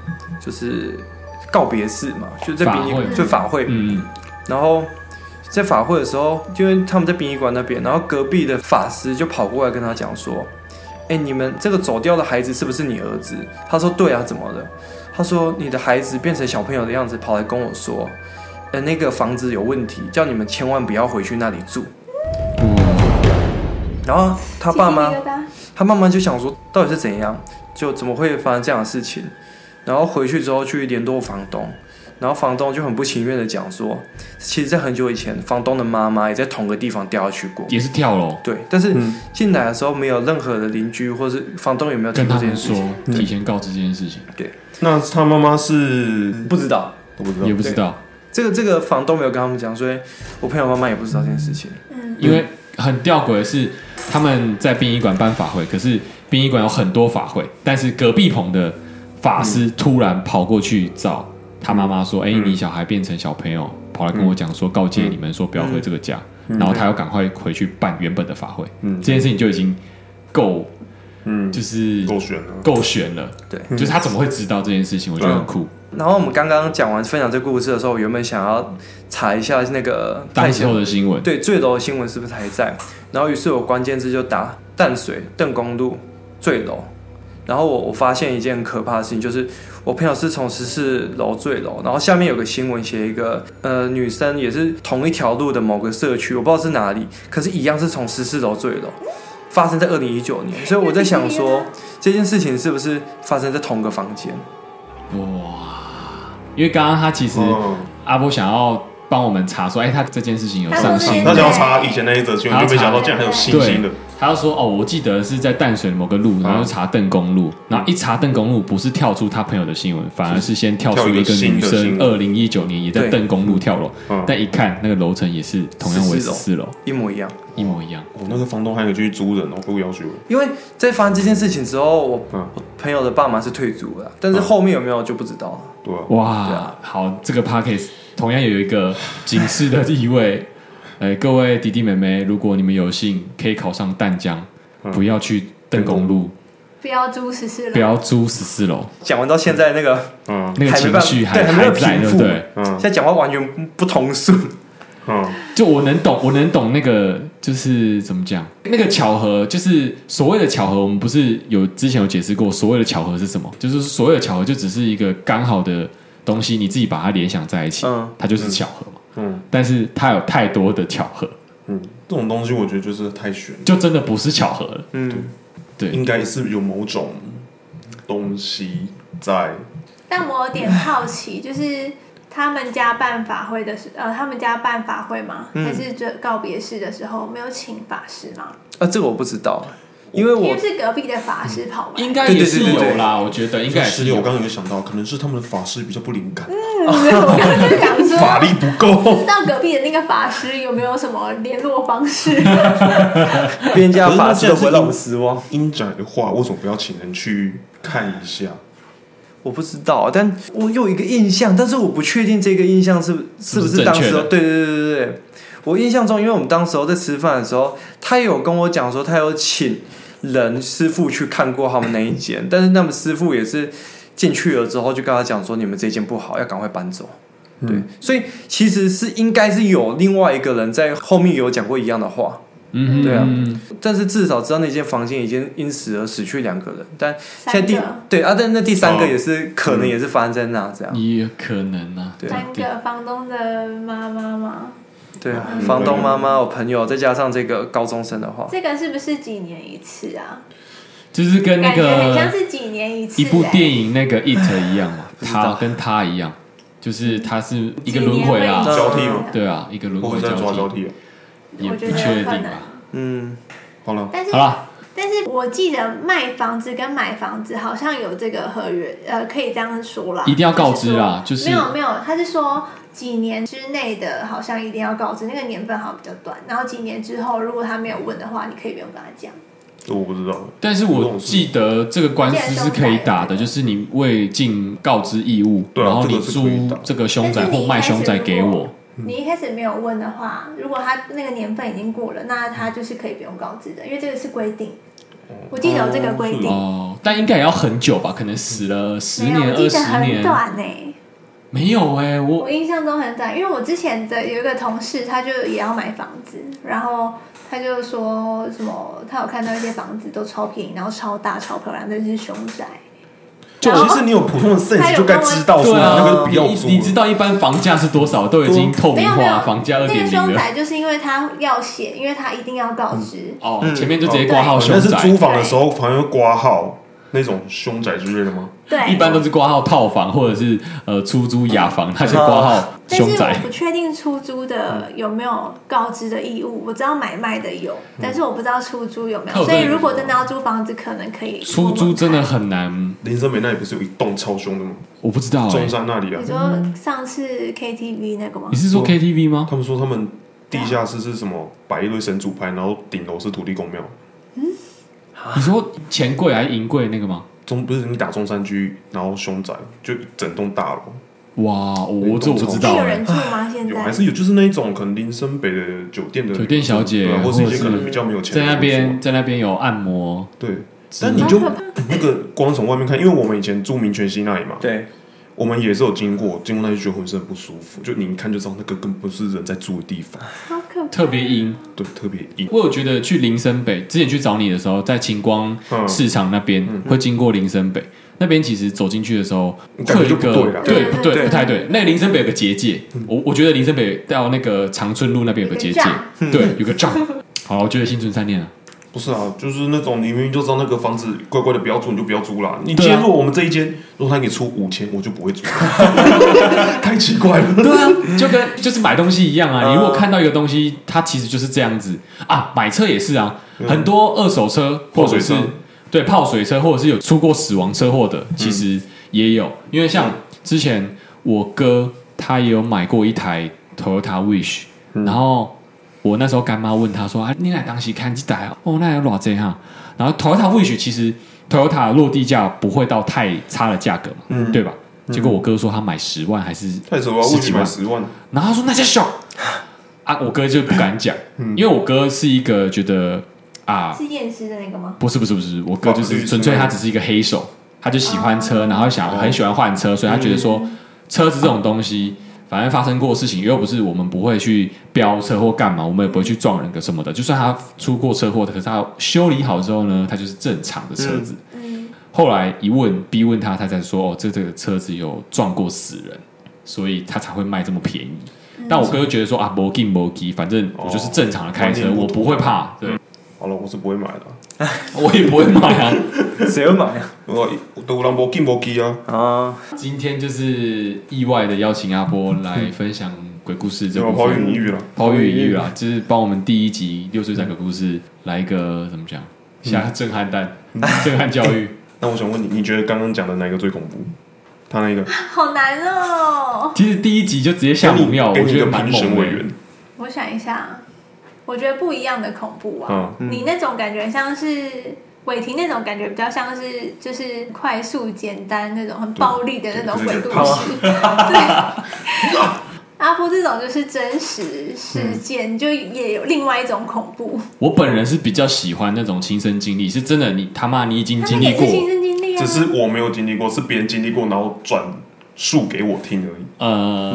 Speaker 4: 就是告别式嘛，就在殡
Speaker 1: 法
Speaker 4: 仪馆
Speaker 1: 会
Speaker 4: 就法会，
Speaker 1: 嗯
Speaker 4: 然后在法会的时候，因为他们在殡仪馆那边，然后隔壁的法师就跑过来跟他讲说：“哎，你们这个走掉的孩子是不是你儿子？”他说：“对啊，怎么了？”他说：“你的孩子变成小朋友的样子，跑来跟我说，呃，那个房子有问题，叫你们千万不要回去那里住。
Speaker 1: 嗯，哇，”
Speaker 4: 然后他爸妈
Speaker 3: 鸡皮疙瘩
Speaker 4: 他妈妈就想说，到底是怎样，就怎么会发生这样的事情？然后回去之后去联络房东，然后房东就很不情愿的讲说，其实，在很久以前，房东的妈妈也在同个地方掉下去过。
Speaker 1: 也是跳楼，
Speaker 4: 对，但是
Speaker 2: 嗯
Speaker 4: 进来的时候没有任何的邻居或是房东有没有
Speaker 1: 跟
Speaker 4: 听过
Speaker 1: 他
Speaker 4: 这件
Speaker 1: 们
Speaker 4: 事
Speaker 1: 说
Speaker 4: 情？
Speaker 1: 提前告知这件事情，
Speaker 2: 那他妈妈是
Speaker 4: 不知道，
Speaker 2: 我不知道
Speaker 1: 也，不知道，
Speaker 4: 这个这个房东没有跟他们讲，所以我朋友妈妈也不知道这件事情。
Speaker 3: 嗯，
Speaker 1: 因为很吊诡的是，他们在殡仪馆办法会，可是殡仪馆有很多法会，但是隔壁棚的法师突然跑过去找他妈妈说：“哎、
Speaker 2: 嗯
Speaker 1: 你小孩变成小朋友，跑来跟我讲说，告诫你们说不要回这个家。然后他要赶快回去办原本的法会，
Speaker 2: 嗯
Speaker 1: 这件事情就已经够
Speaker 2: 嗯，
Speaker 1: 就是
Speaker 2: 够悬了。
Speaker 1: 够悬了。
Speaker 4: 对，
Speaker 1: 就是他怎么会知道这件事情？我觉
Speaker 2: 嗯
Speaker 1: 得很酷。
Speaker 4: 然后我们刚刚讲完分享这个故事的时候，我原本想要查一下那个
Speaker 1: 当
Speaker 4: 太
Speaker 1: 时
Speaker 4: 小
Speaker 1: 候的新闻，
Speaker 4: 对，坠楼的新闻是不是还在？然后于是我关键字就打淡水邓公路坠楼，然后我我发现一件很可怕的事情，就是我朋友是从十四楼坠楼，然后下面有个新闻写一个呃女生也是同一条路的某个社区，我不知道是哪里，可是一样是从十四楼坠楼。发生在二零一九年，所以我在想说这件事情是不是发生在同个房间？
Speaker 1: 因为刚刚他其实
Speaker 2: 嗯，
Speaker 1: 阿波想要帮我们查说，哎，他这件事情有
Speaker 3: 他
Speaker 1: 上
Speaker 3: 中间
Speaker 1: 新
Speaker 2: 他
Speaker 1: 闻
Speaker 2: 想要查以前那一则新闻，就没想到竟然还有新兴的
Speaker 1: 对，
Speaker 4: 啊
Speaker 1: 他就说哦，我记得是在淡水某个路，然后就查邓公路，然后一查邓公路，不是跳出他朋友的新闻，反而是先跳出一个女
Speaker 2: 跳一个新的
Speaker 1: 生
Speaker 2: 新，
Speaker 1: 二零一九年也在
Speaker 4: 对
Speaker 1: 邓公路跳楼
Speaker 2: 嗯，
Speaker 1: 但一看那个楼层也是同样为
Speaker 4: 14
Speaker 1: 十
Speaker 4: 楼
Speaker 1: 四楼，
Speaker 4: 一模一样。
Speaker 1: 一模一样。
Speaker 2: 我哦那个房东还有去租人哦，不要求我。
Speaker 4: 因为在发生这件事情之后，我
Speaker 2: 嗯
Speaker 4: 我朋友的爸妈是退租了，但是后面有没有就不知道了。
Speaker 2: 对啊，
Speaker 4: 对
Speaker 1: 哇
Speaker 4: 啊，
Speaker 1: 好，这个 p o c k e t 同样有一个警示的意味。 哎，各位弟弟妹妹，如果你们有幸可以考上淡江，
Speaker 2: 嗯
Speaker 1: 不要去邓公路，
Speaker 3: 不要租十四
Speaker 1: 不
Speaker 3: 楼，
Speaker 1: 要租十四楼，
Speaker 4: 讲完到现在那个，
Speaker 2: 嗯
Speaker 1: 那个
Speaker 4: 还没
Speaker 1: 情
Speaker 4: 办
Speaker 1: 绪还
Speaker 4: 对还没有
Speaker 1: 在，
Speaker 4: 平
Speaker 1: 对
Speaker 4: 复
Speaker 1: 不对？
Speaker 4: 现
Speaker 2: 嗯
Speaker 4: 在讲话完全不通顺。
Speaker 2: 嗯，
Speaker 1: 就我能懂，我能懂那个，就是怎么讲，那个巧合，就是所谓的巧合，我们不是有之前有解释过，所谓的巧合是什么？就是所谓的巧合，就只是一个刚好的东西，你自己把它联想在一起，
Speaker 4: 嗯
Speaker 1: 它就是巧合嘛。
Speaker 2: 嗯
Speaker 1: 但是它有太多的巧合，
Speaker 2: 嗯，这种东西我觉得就是太悬，
Speaker 1: 就真的不是巧合了。
Speaker 4: 嗯，
Speaker 1: 对，
Speaker 2: 应该是有某种东西在。
Speaker 3: 但我有点好奇，就是他们家办法会的时，呃，他们家办法会吗？
Speaker 4: 嗯
Speaker 3: 还是这告别式的时候没有请法师吗？
Speaker 4: 啊，这个我不知道，因为
Speaker 3: 因
Speaker 4: 我
Speaker 3: 为是隔壁的法师跑来，
Speaker 1: 应 该也是
Speaker 4: 对对对对
Speaker 1: 有啦，我觉得应该也是
Speaker 2: 是我
Speaker 1: 有。嗯
Speaker 2: 刚刚有想到，可能是他们的法师比较不灵感，
Speaker 1: 哦
Speaker 3: 我刚刚就想
Speaker 2: 法
Speaker 3: 说，
Speaker 2: 力不够
Speaker 3: 不知。道隔壁的那个法师有没有什么联络 方式？
Speaker 4: 别人家的法师都不会让我失望。
Speaker 2: 阴宅的话，为什么不要请人去看一下？
Speaker 4: 我不知道，但我有一个印象，但是我不确定这个印象是是
Speaker 1: 不
Speaker 4: 不
Speaker 1: 是
Speaker 4: 是当时
Speaker 1: 正确
Speaker 4: 候。
Speaker 1: 的
Speaker 4: 对对对对对，我印象中，因为我们当时候在吃饭的时候，他有跟我讲说，他有请人师傅去看过他们那一间，但是他们师傅也是进去了之后就跟他讲说，你们这间不好，要赶快搬走。
Speaker 1: 嗯
Speaker 4: 对，所以其实是应该是有另外一个人在后面有讲过一样的话。
Speaker 1: 嗯，
Speaker 4: 对啊
Speaker 1: 嗯
Speaker 4: 但是至少知道那间房间已经因此而死去两个人，但现在第
Speaker 3: 三个
Speaker 4: 对啊，但那第三个
Speaker 2: 哦
Speaker 4: 也是、可能也是发生在那这样，
Speaker 1: 也可能啊。
Speaker 4: 对
Speaker 3: 三个房东的妈妈吗？
Speaker 4: 对啊，
Speaker 2: 嗯
Speaker 4: 房东妈妈、我朋友，再加上这个高中生的话，
Speaker 3: 这个是不是几年一次啊？
Speaker 1: 就是跟那
Speaker 3: 感觉很像
Speaker 1: 个
Speaker 3: 是几年一次、欸。
Speaker 1: 一部电影那个 It 一样嘛，
Speaker 4: 知
Speaker 1: 他
Speaker 4: 道
Speaker 1: 跟他一样，就是他是一个轮回嗯啦
Speaker 3: 几年会一。次
Speaker 2: 交替吗
Speaker 1: 对啊，一个轮
Speaker 2: 或
Speaker 1: 回
Speaker 2: 者在抓
Speaker 1: 交
Speaker 2: 交
Speaker 1: 替，
Speaker 2: 替啊？
Speaker 1: 也
Speaker 3: 我
Speaker 1: 不
Speaker 3: 觉得
Speaker 1: 确
Speaker 3: 有可
Speaker 1: 定
Speaker 3: 能
Speaker 1: 吧。。
Speaker 4: 嗯，
Speaker 2: 好了，
Speaker 3: 但是
Speaker 1: 好啦，
Speaker 3: 但是我记得卖房子跟买房子好像有这个合约，呃，可以这样说啦。
Speaker 1: 一定要告知啦
Speaker 3: 就是
Speaker 1: 就是
Speaker 3: 说没有没有，他是说几年之内的，好像一定要告知，那个年份好像比较短。然后几年之后，如果他没有问的话，你可以不用跟他讲。
Speaker 2: 这我不知道。
Speaker 1: 但是我记得这个官司是可以打的，
Speaker 3: 对
Speaker 1: 就是你未尽告知义务，
Speaker 2: 对啊
Speaker 1: 然后你
Speaker 2: 这个是可以
Speaker 1: 租
Speaker 2: 打
Speaker 1: 这个凶宅
Speaker 3: 但是你
Speaker 1: 或卖凶宅给
Speaker 3: 一开始如
Speaker 1: 我
Speaker 3: 果。你一开始没有问的话，如果他那个年份已经过了，那他就是可以不用告知的，因为这个是规定。我记得有这个规定，
Speaker 1: 哦，但应该也要很久吧？可能死了十
Speaker 3: 嗯没有
Speaker 1: 年、
Speaker 3: 我
Speaker 1: 二
Speaker 3: 记得
Speaker 1: 十
Speaker 3: 很
Speaker 1: 年，
Speaker 3: 短欸呢、
Speaker 1: 没有哎，我
Speaker 3: 我印象中很短，因为我之前的有一个同事，他就也要买房子，然后他就说什么，他有看到一些房子都超便宜，然后超大、超漂亮，但是凶宅。
Speaker 2: 就
Speaker 3: 然后
Speaker 2: 其实你有普通的
Speaker 3: 他
Speaker 2: sense
Speaker 3: 有
Speaker 2: 就该知道
Speaker 1: 对
Speaker 2: 说你那
Speaker 1: 啊
Speaker 2: 个，不
Speaker 1: 你
Speaker 2: 要
Speaker 1: 你
Speaker 2: 租
Speaker 1: 你知
Speaker 2: 了。
Speaker 1: 道一般房价是多少？都已经透
Speaker 3: 没
Speaker 1: 明
Speaker 3: 有没有
Speaker 1: 化，，房价二
Speaker 3: 那
Speaker 1: 点零
Speaker 3: 个凶
Speaker 1: 了。
Speaker 3: 宅就是因为他要写，因为他一定要告知。
Speaker 1: 哦，
Speaker 4: 嗯
Speaker 1: 前面就直接挂号
Speaker 3: 道
Speaker 1: 凶
Speaker 2: 哦那是
Speaker 1: 宅，
Speaker 2: 租房的时候，房正挂号那种凶宅之类的吗？
Speaker 3: 对，
Speaker 1: 一般都是挂号套房或者是呃出租雅房，它是
Speaker 2: 啊
Speaker 1: 挂号
Speaker 3: 但是
Speaker 1: 凶
Speaker 3: 我
Speaker 1: 宅。
Speaker 3: 不确定出租的有没有告知的义务，我知道买卖的有，但是我不知道出租有没
Speaker 1: 它有
Speaker 3: 有。
Speaker 1: 嗯这
Speaker 3: 所
Speaker 1: 个
Speaker 3: 以如果真的要租房子，可能可以
Speaker 1: 出
Speaker 3: 问
Speaker 1: 租
Speaker 3: 问
Speaker 1: 真的
Speaker 3: 看。
Speaker 1: 很难，
Speaker 2: 林森美那里不是有一栋超凶的吗？
Speaker 1: 我不知道、
Speaker 2: 中
Speaker 1: 欸。
Speaker 2: 山那里啊
Speaker 3: 你，说上次 KTV 那个吗
Speaker 1: 你？是说 KTV 吗？
Speaker 2: 他们说他们地下室是什么摆一堆神主牌，然后顶楼是土地公庙。
Speaker 1: 你说钱柜还是银柜那个吗？
Speaker 2: 中不是你打中山区，然后凶宅就一整栋大楼，
Speaker 1: 哇，我我这我不知
Speaker 3: 那
Speaker 1: 道、
Speaker 3: 有
Speaker 1: 欸
Speaker 3: 人。住吗？现
Speaker 2: 有
Speaker 3: 在
Speaker 2: 还是有，就是那一种可能林森北的酒店的
Speaker 1: 酒店小姐
Speaker 2: 对啊或是一
Speaker 1: 或者
Speaker 2: 些
Speaker 1: 是
Speaker 2: 可能比较没有钱的
Speaker 1: 在那
Speaker 2: 人
Speaker 1: 边，
Speaker 2: 住
Speaker 1: 在那边有按摩，
Speaker 2: 对，但你
Speaker 3: 好
Speaker 2: 就
Speaker 3: 可怕
Speaker 2: 那个光从外面看，因为我们以前住民权西那里嘛，
Speaker 4: 对，
Speaker 2: 我们也是有经过，经过那就觉得浑身不舒服，就你一看就知道那个根本不是人在住的地方，
Speaker 3: 好可怕
Speaker 1: 特别阴。
Speaker 2: 对，特别硬。
Speaker 1: 我有觉得去林森北，之前去找你的时候，在晴光
Speaker 2: 嗯
Speaker 1: 市场那边、会经过林森北。那边其实走进去的时候，
Speaker 2: 感
Speaker 1: 会有一
Speaker 2: 觉就不
Speaker 1: 个
Speaker 2: 对啦
Speaker 1: 对嗯
Speaker 3: 对
Speaker 1: 不对
Speaker 3: 对
Speaker 1: 不太对。那个林森北有个结界，我我觉得林森北到那个长春路那边有个结界
Speaker 3: 有个，
Speaker 1: 对，有个障。好，我觉得心存善念了。
Speaker 2: 不是啊，就是那种你明明就知道那个房子乖乖的不要住，你就不要租啦。你
Speaker 1: 对啊
Speaker 2: 今天如果我们这一间，如果他给你出五千，我就不会租， 太奇怪 了。
Speaker 1: 对啊，就跟就是买东西一样啊。
Speaker 4: 嗯
Speaker 1: 你如果看到一个东西，它其实就是这样子啊。买车也是啊，很多二手车或者是
Speaker 2: 嗯泡水车
Speaker 1: 对泡水车，或者是有出过死亡车祸的，其实也有。
Speaker 2: 嗯
Speaker 1: 因为像之前我哥他也有买过一台 Toyota Wish，然
Speaker 2: 嗯
Speaker 1: 后我那时候干妈问他说：“啊，你那当时看这台哦哦，那有偌济哈？”然后 Toyota Wish 其实 Toyota 落地价不会到太差的价格嘛，
Speaker 2: 嗯
Speaker 1: 对吧？结果我哥说他买十万还是
Speaker 2: 太扯了吧，
Speaker 1: 十
Speaker 2: 物
Speaker 1: 几
Speaker 2: 去
Speaker 1: 万
Speaker 2: 买十万，
Speaker 1: 然后他说那些小嗯啊，我哥就不敢讲，因为我哥是一个觉得啊，
Speaker 3: 是验尸的那个吗？
Speaker 1: 不是不是不是，我哥就
Speaker 2: 法
Speaker 1: 是
Speaker 2: 律
Speaker 1: 啊哦
Speaker 2: 之
Speaker 1: 纯粹
Speaker 2: 类的
Speaker 1: 他只是一个黑手，他就喜欢车，然后想很喜欢换车，所以他觉得说车子这种东西。反正发生过的事情，又不是我们不会去飙车或干嘛，我们也不会去撞人个什么的。就算他出过车祸，可是他修理好之后呢，他就是正常的车子。
Speaker 3: 嗯，
Speaker 1: 后来一问逼问他，他才说哦，这这个车子有撞过死人，所以他才会卖这么便宜。但我哥就觉得说啊，没劲没劲，反正我就是正常的开车，
Speaker 2: 哦
Speaker 1: 我不会怕，对
Speaker 2: 好了，我是不会买的啊。
Speaker 1: 我也不会买啊。
Speaker 4: 谁会买啊？
Speaker 2: 我都让无进无机啊，
Speaker 4: 啊，
Speaker 1: 今天就是意外的邀请阿波来分享鬼故事这
Speaker 2: 就
Speaker 1: 部
Speaker 2: 抛云
Speaker 1: 分，
Speaker 2: 引喻了。
Speaker 1: 抛玉引玉啊，就是帮我们第一集六岁仔鬼故事来一个怎么讲
Speaker 2: 嗯
Speaker 1: 下震撼弹，震撼教育。
Speaker 2: 那我想问你，你觉得刚刚讲的哪一个最恐怖？他 那个
Speaker 3: 好难哦。
Speaker 1: 其实第一集就直接吓
Speaker 2: 给你
Speaker 1: 猛药，
Speaker 2: 给
Speaker 1: 我
Speaker 2: 你一
Speaker 1: 觉
Speaker 2: 个
Speaker 1: 得蛮
Speaker 2: 评
Speaker 1: 猛
Speaker 2: 审
Speaker 1: 的
Speaker 2: 委。员，
Speaker 3: 我想一下，我觉得不一样的恐怖啊。
Speaker 2: 嗯，
Speaker 3: 你那种感觉像是伟霆那种感觉，比较像是就是快速、简单那种很暴力的那
Speaker 1: 嗯
Speaker 3: 种鬼故
Speaker 2: 对
Speaker 3: 事。对， 阿波这种就是真实事
Speaker 1: 嗯
Speaker 3: 件，就也有另外一种恐怖。
Speaker 1: 我本人是比较喜欢那种亲身经历，是真的你，他妈你已经
Speaker 3: 他
Speaker 1: 经
Speaker 3: 们
Speaker 1: 历
Speaker 3: 也
Speaker 1: 过
Speaker 3: 是，亲身经历啊
Speaker 2: 只。是我没有经历过，是别人经历过，然后转述给我听而已。
Speaker 1: 呃，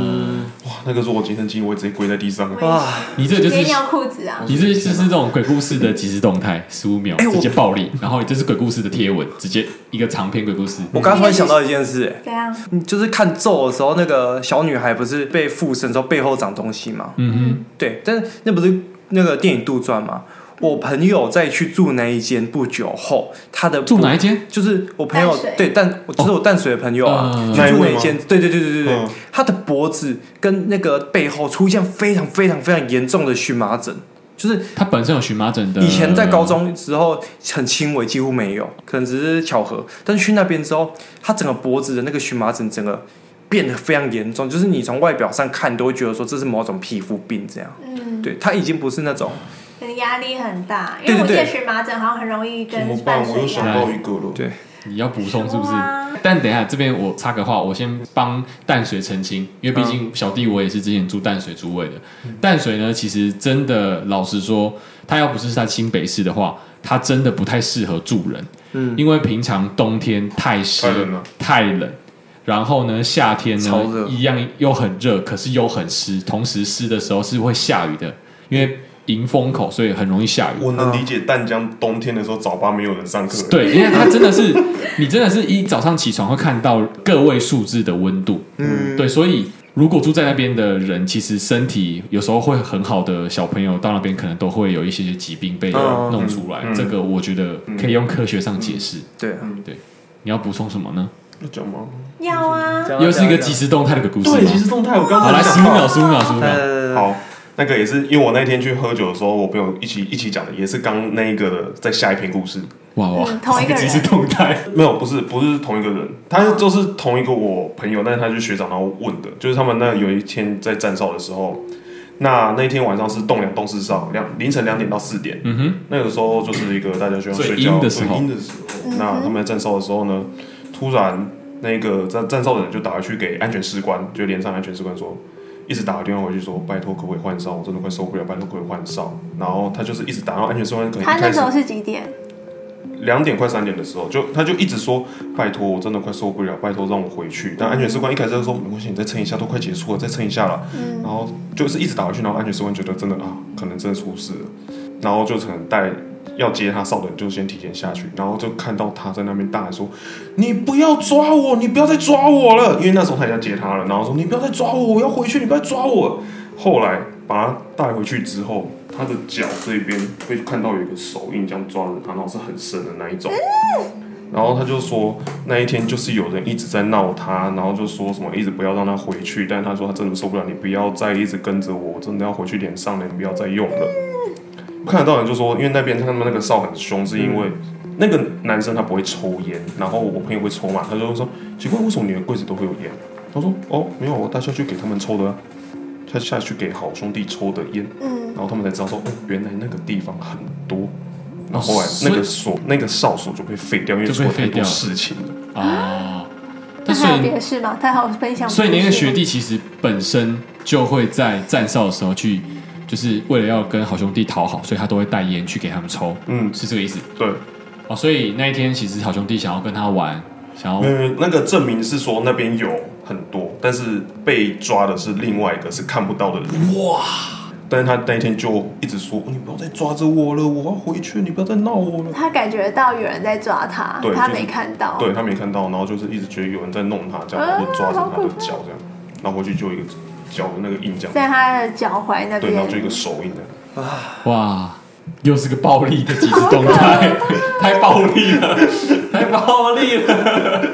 Speaker 2: 哇，那个是我亲身经历，我会直接跪在地上啊。
Speaker 3: 我也
Speaker 4: 哇
Speaker 1: 你这个就
Speaker 3: 直接
Speaker 1: 是嗯
Speaker 3: 尿裤子啊！
Speaker 1: 你这就是这种鬼故事的即时动态，十五秒
Speaker 4: 哎我
Speaker 1: 直接暴力，然后这是鬼故事的贴文，直接一个长篇鬼故事。
Speaker 4: 我刚刚突然想到一件事、哎
Speaker 3: 怎样？
Speaker 4: 嗯就是看咒的时候，那个小女孩不是被附身之后背后长东西吗？
Speaker 1: 嗯
Speaker 4: 对，但是那不是那个电影杜撰吗？我朋友在去住那一间不久后，他的
Speaker 1: 哼，住哪一间？
Speaker 4: 就是我朋友
Speaker 3: 淡水
Speaker 4: 对淡，我就是我淡水的朋友啊，
Speaker 1: 嗯
Speaker 4: 去住那一间，对对对对对对，
Speaker 2: 嗯
Speaker 4: 他的脖子跟那个背后出现非常非常非常严重的荨麻疹，就是
Speaker 1: 他本身有荨麻疹的，
Speaker 4: 以前在高中时候很轻微，几乎没有，可能只是巧合。但是去那边之后，他整个脖子的那个荨麻疹整个变得非常严重，就是你从外表上看都会觉得说这是某种皮肤病这样。
Speaker 3: 嗯，
Speaker 4: 对他已经不是那种
Speaker 3: 可能压力很大，因
Speaker 4: 对
Speaker 3: 为我
Speaker 4: 对
Speaker 3: 记
Speaker 4: 对
Speaker 3: 得荨麻疹好像很容易
Speaker 2: 怎么
Speaker 3: 跟
Speaker 2: 办？
Speaker 3: 伴
Speaker 2: 我又
Speaker 3: 随
Speaker 2: 想
Speaker 3: 压力。
Speaker 2: 到一个了。
Speaker 4: 对
Speaker 1: 你要补充是不是
Speaker 4: 啊
Speaker 3: 哇？
Speaker 1: 但等一下，这边我插个话，我先帮淡水澄清，因为毕竟小弟我也是之前住淡水主委的。
Speaker 4: 嗯
Speaker 1: 淡水呢，其实真的老实说，它要不是在新北市的话，它真的不太适合住人。
Speaker 4: 嗯，
Speaker 1: 因为平常冬天太湿
Speaker 2: 太冷了
Speaker 1: 太冷然后呢夏天
Speaker 4: 超
Speaker 1: 呢
Speaker 4: 热
Speaker 1: 一样又很热，可是又很湿，同时湿的时候是会下雨的，因为迎风口，所以很容易下雨。
Speaker 2: 我能理解淡江冬天的时候早八没有人上课，，
Speaker 1: 对，因为它真的是，你真的是一早上起床会看到个位数字的温度，嗯，对，所以如果住在那边的人，其实身体有时候会很好的小朋友到那边可能都会有一些些疾病被
Speaker 4: 嗯
Speaker 1: 弄出来，
Speaker 2: 嗯
Speaker 1: 这个我觉得可以用科学上解释。
Speaker 4: 对啊，
Speaker 1: 你要补充什么呢？
Speaker 2: 要讲吗？
Speaker 3: 要啊，
Speaker 4: 嗯
Speaker 1: 又是一个即时动态的一个故事吗。
Speaker 2: 实动态我刚
Speaker 1: 好，来十五秒，十五秒，十五
Speaker 4: 对对
Speaker 1: 秒。
Speaker 4: 对对对，
Speaker 2: 好，那个也是因为我那天去喝酒的时候，我朋友一起一起讲的，也是刚那一个的，在下一篇故事。
Speaker 1: 哇哇，
Speaker 3: 嗯同一个人
Speaker 1: 即时动态。
Speaker 2: 没有，不是不是同一个人，他就是同一个我朋友，但是他是学长，然后问的，就是他们那有一天在站哨的时候，那那一天晚上是栋梁栋四哨，两凌晨两点到四点，
Speaker 1: 嗯哼，
Speaker 2: 那个时候就是一个大家喜欢睡
Speaker 1: 最阴
Speaker 2: 觉
Speaker 1: 的时候
Speaker 2: 最阴的时候，那他们在站哨的时候呢，突然那个站站哨的人就打回去给安全士官，就连上安全士官说。一直打个电话回去说，拜托可不可以换哨？我真的快受不了，拜托可不可以换哨？然后他就是一直打，然后安全士官可能
Speaker 3: 他
Speaker 2: 一
Speaker 3: 那
Speaker 2: 开
Speaker 3: 时
Speaker 2: 始
Speaker 3: 候是几点？
Speaker 2: 两点快三点的时候，就他就一直说拜托，我真的快受不了，拜托让我回去。但安全士官一开始就说没关系，你再撑一下，都快结束了，再撑一下了。
Speaker 3: 嗯
Speaker 2: 然后就是一直打回去，然后安全士官觉得真的啊，可能真的出事了，然后就可能带要接他哨的人就先提前下去，然后就看到他在那边大喊说：“你不要抓我，你不要再抓我了！”因为那时候他已经要接他了，然后说：“你不要再抓我，我要回去，你不要再抓我。”后来把他带回去之后，他的脚这边会看到有一个手印这样抓着他，然后是很深的那一种。然后他就说那一天就是有人一直在闹他，然后就说什么一直不要让他回去，但他说他真的受不了，你不要再一直跟着我，我真的要回去脸上了，你不要再用了。看得到人就说，因为那边他们那个哨很凶，是因为那个男生他不会抽烟，然后我朋友会抽嘛，他就说奇怪，为什么你的柜子都会有烟？他说哦，没有，我带下去给他们抽的、啊，他下去给好兄弟抽的烟，
Speaker 3: 嗯，
Speaker 2: 然后他们才知道说，哦，原来那个地方很多。然后
Speaker 1: 哦
Speaker 2: 后来
Speaker 1: 所以
Speaker 2: 那个锁、那个哨所就被废掉，因为
Speaker 1: 就
Speaker 2: 出
Speaker 1: 被
Speaker 2: 了太
Speaker 1: 废掉
Speaker 2: 多
Speaker 1: 了
Speaker 2: 事情了。
Speaker 1: 啊。
Speaker 3: 那
Speaker 1: 但所
Speaker 3: 还有别
Speaker 1: 以
Speaker 3: 的事吗？他还有分享别的事吗，
Speaker 1: 所以你那个学弟其实本身就会在站哨的时候去，就是为了要跟好兄弟讨好，所以他都会带烟去给他们抽，
Speaker 2: 嗯，
Speaker 1: 是这个意思
Speaker 2: 对，
Speaker 1: 哦。所以那一天其实好兄弟想要跟他玩，想要
Speaker 2: 嗯，那个证明是说那边有很多，但是被抓的是另外一个是看不到的人。哇！但是他那一天就一直说：“哦你不要再抓着我了，我要回去，你不要再闹我了。
Speaker 3: 他感觉到有人在抓他
Speaker 2: 对，
Speaker 3: 他
Speaker 2: 就是
Speaker 3: 没看到，
Speaker 2: 对他没看到，然后就是一直觉得有人在弄他，这样
Speaker 3: 啊
Speaker 2: 然后就抓着他的脚这样，然后回去就有一个脚的那个印这
Speaker 3: 在
Speaker 2: 样，
Speaker 3: 他的脚踝那
Speaker 2: 对，然后就一
Speaker 3: 边，
Speaker 2: 个手印这样。
Speaker 1: 哇，又是个暴力的即时动态，太暴力了，太暴力了。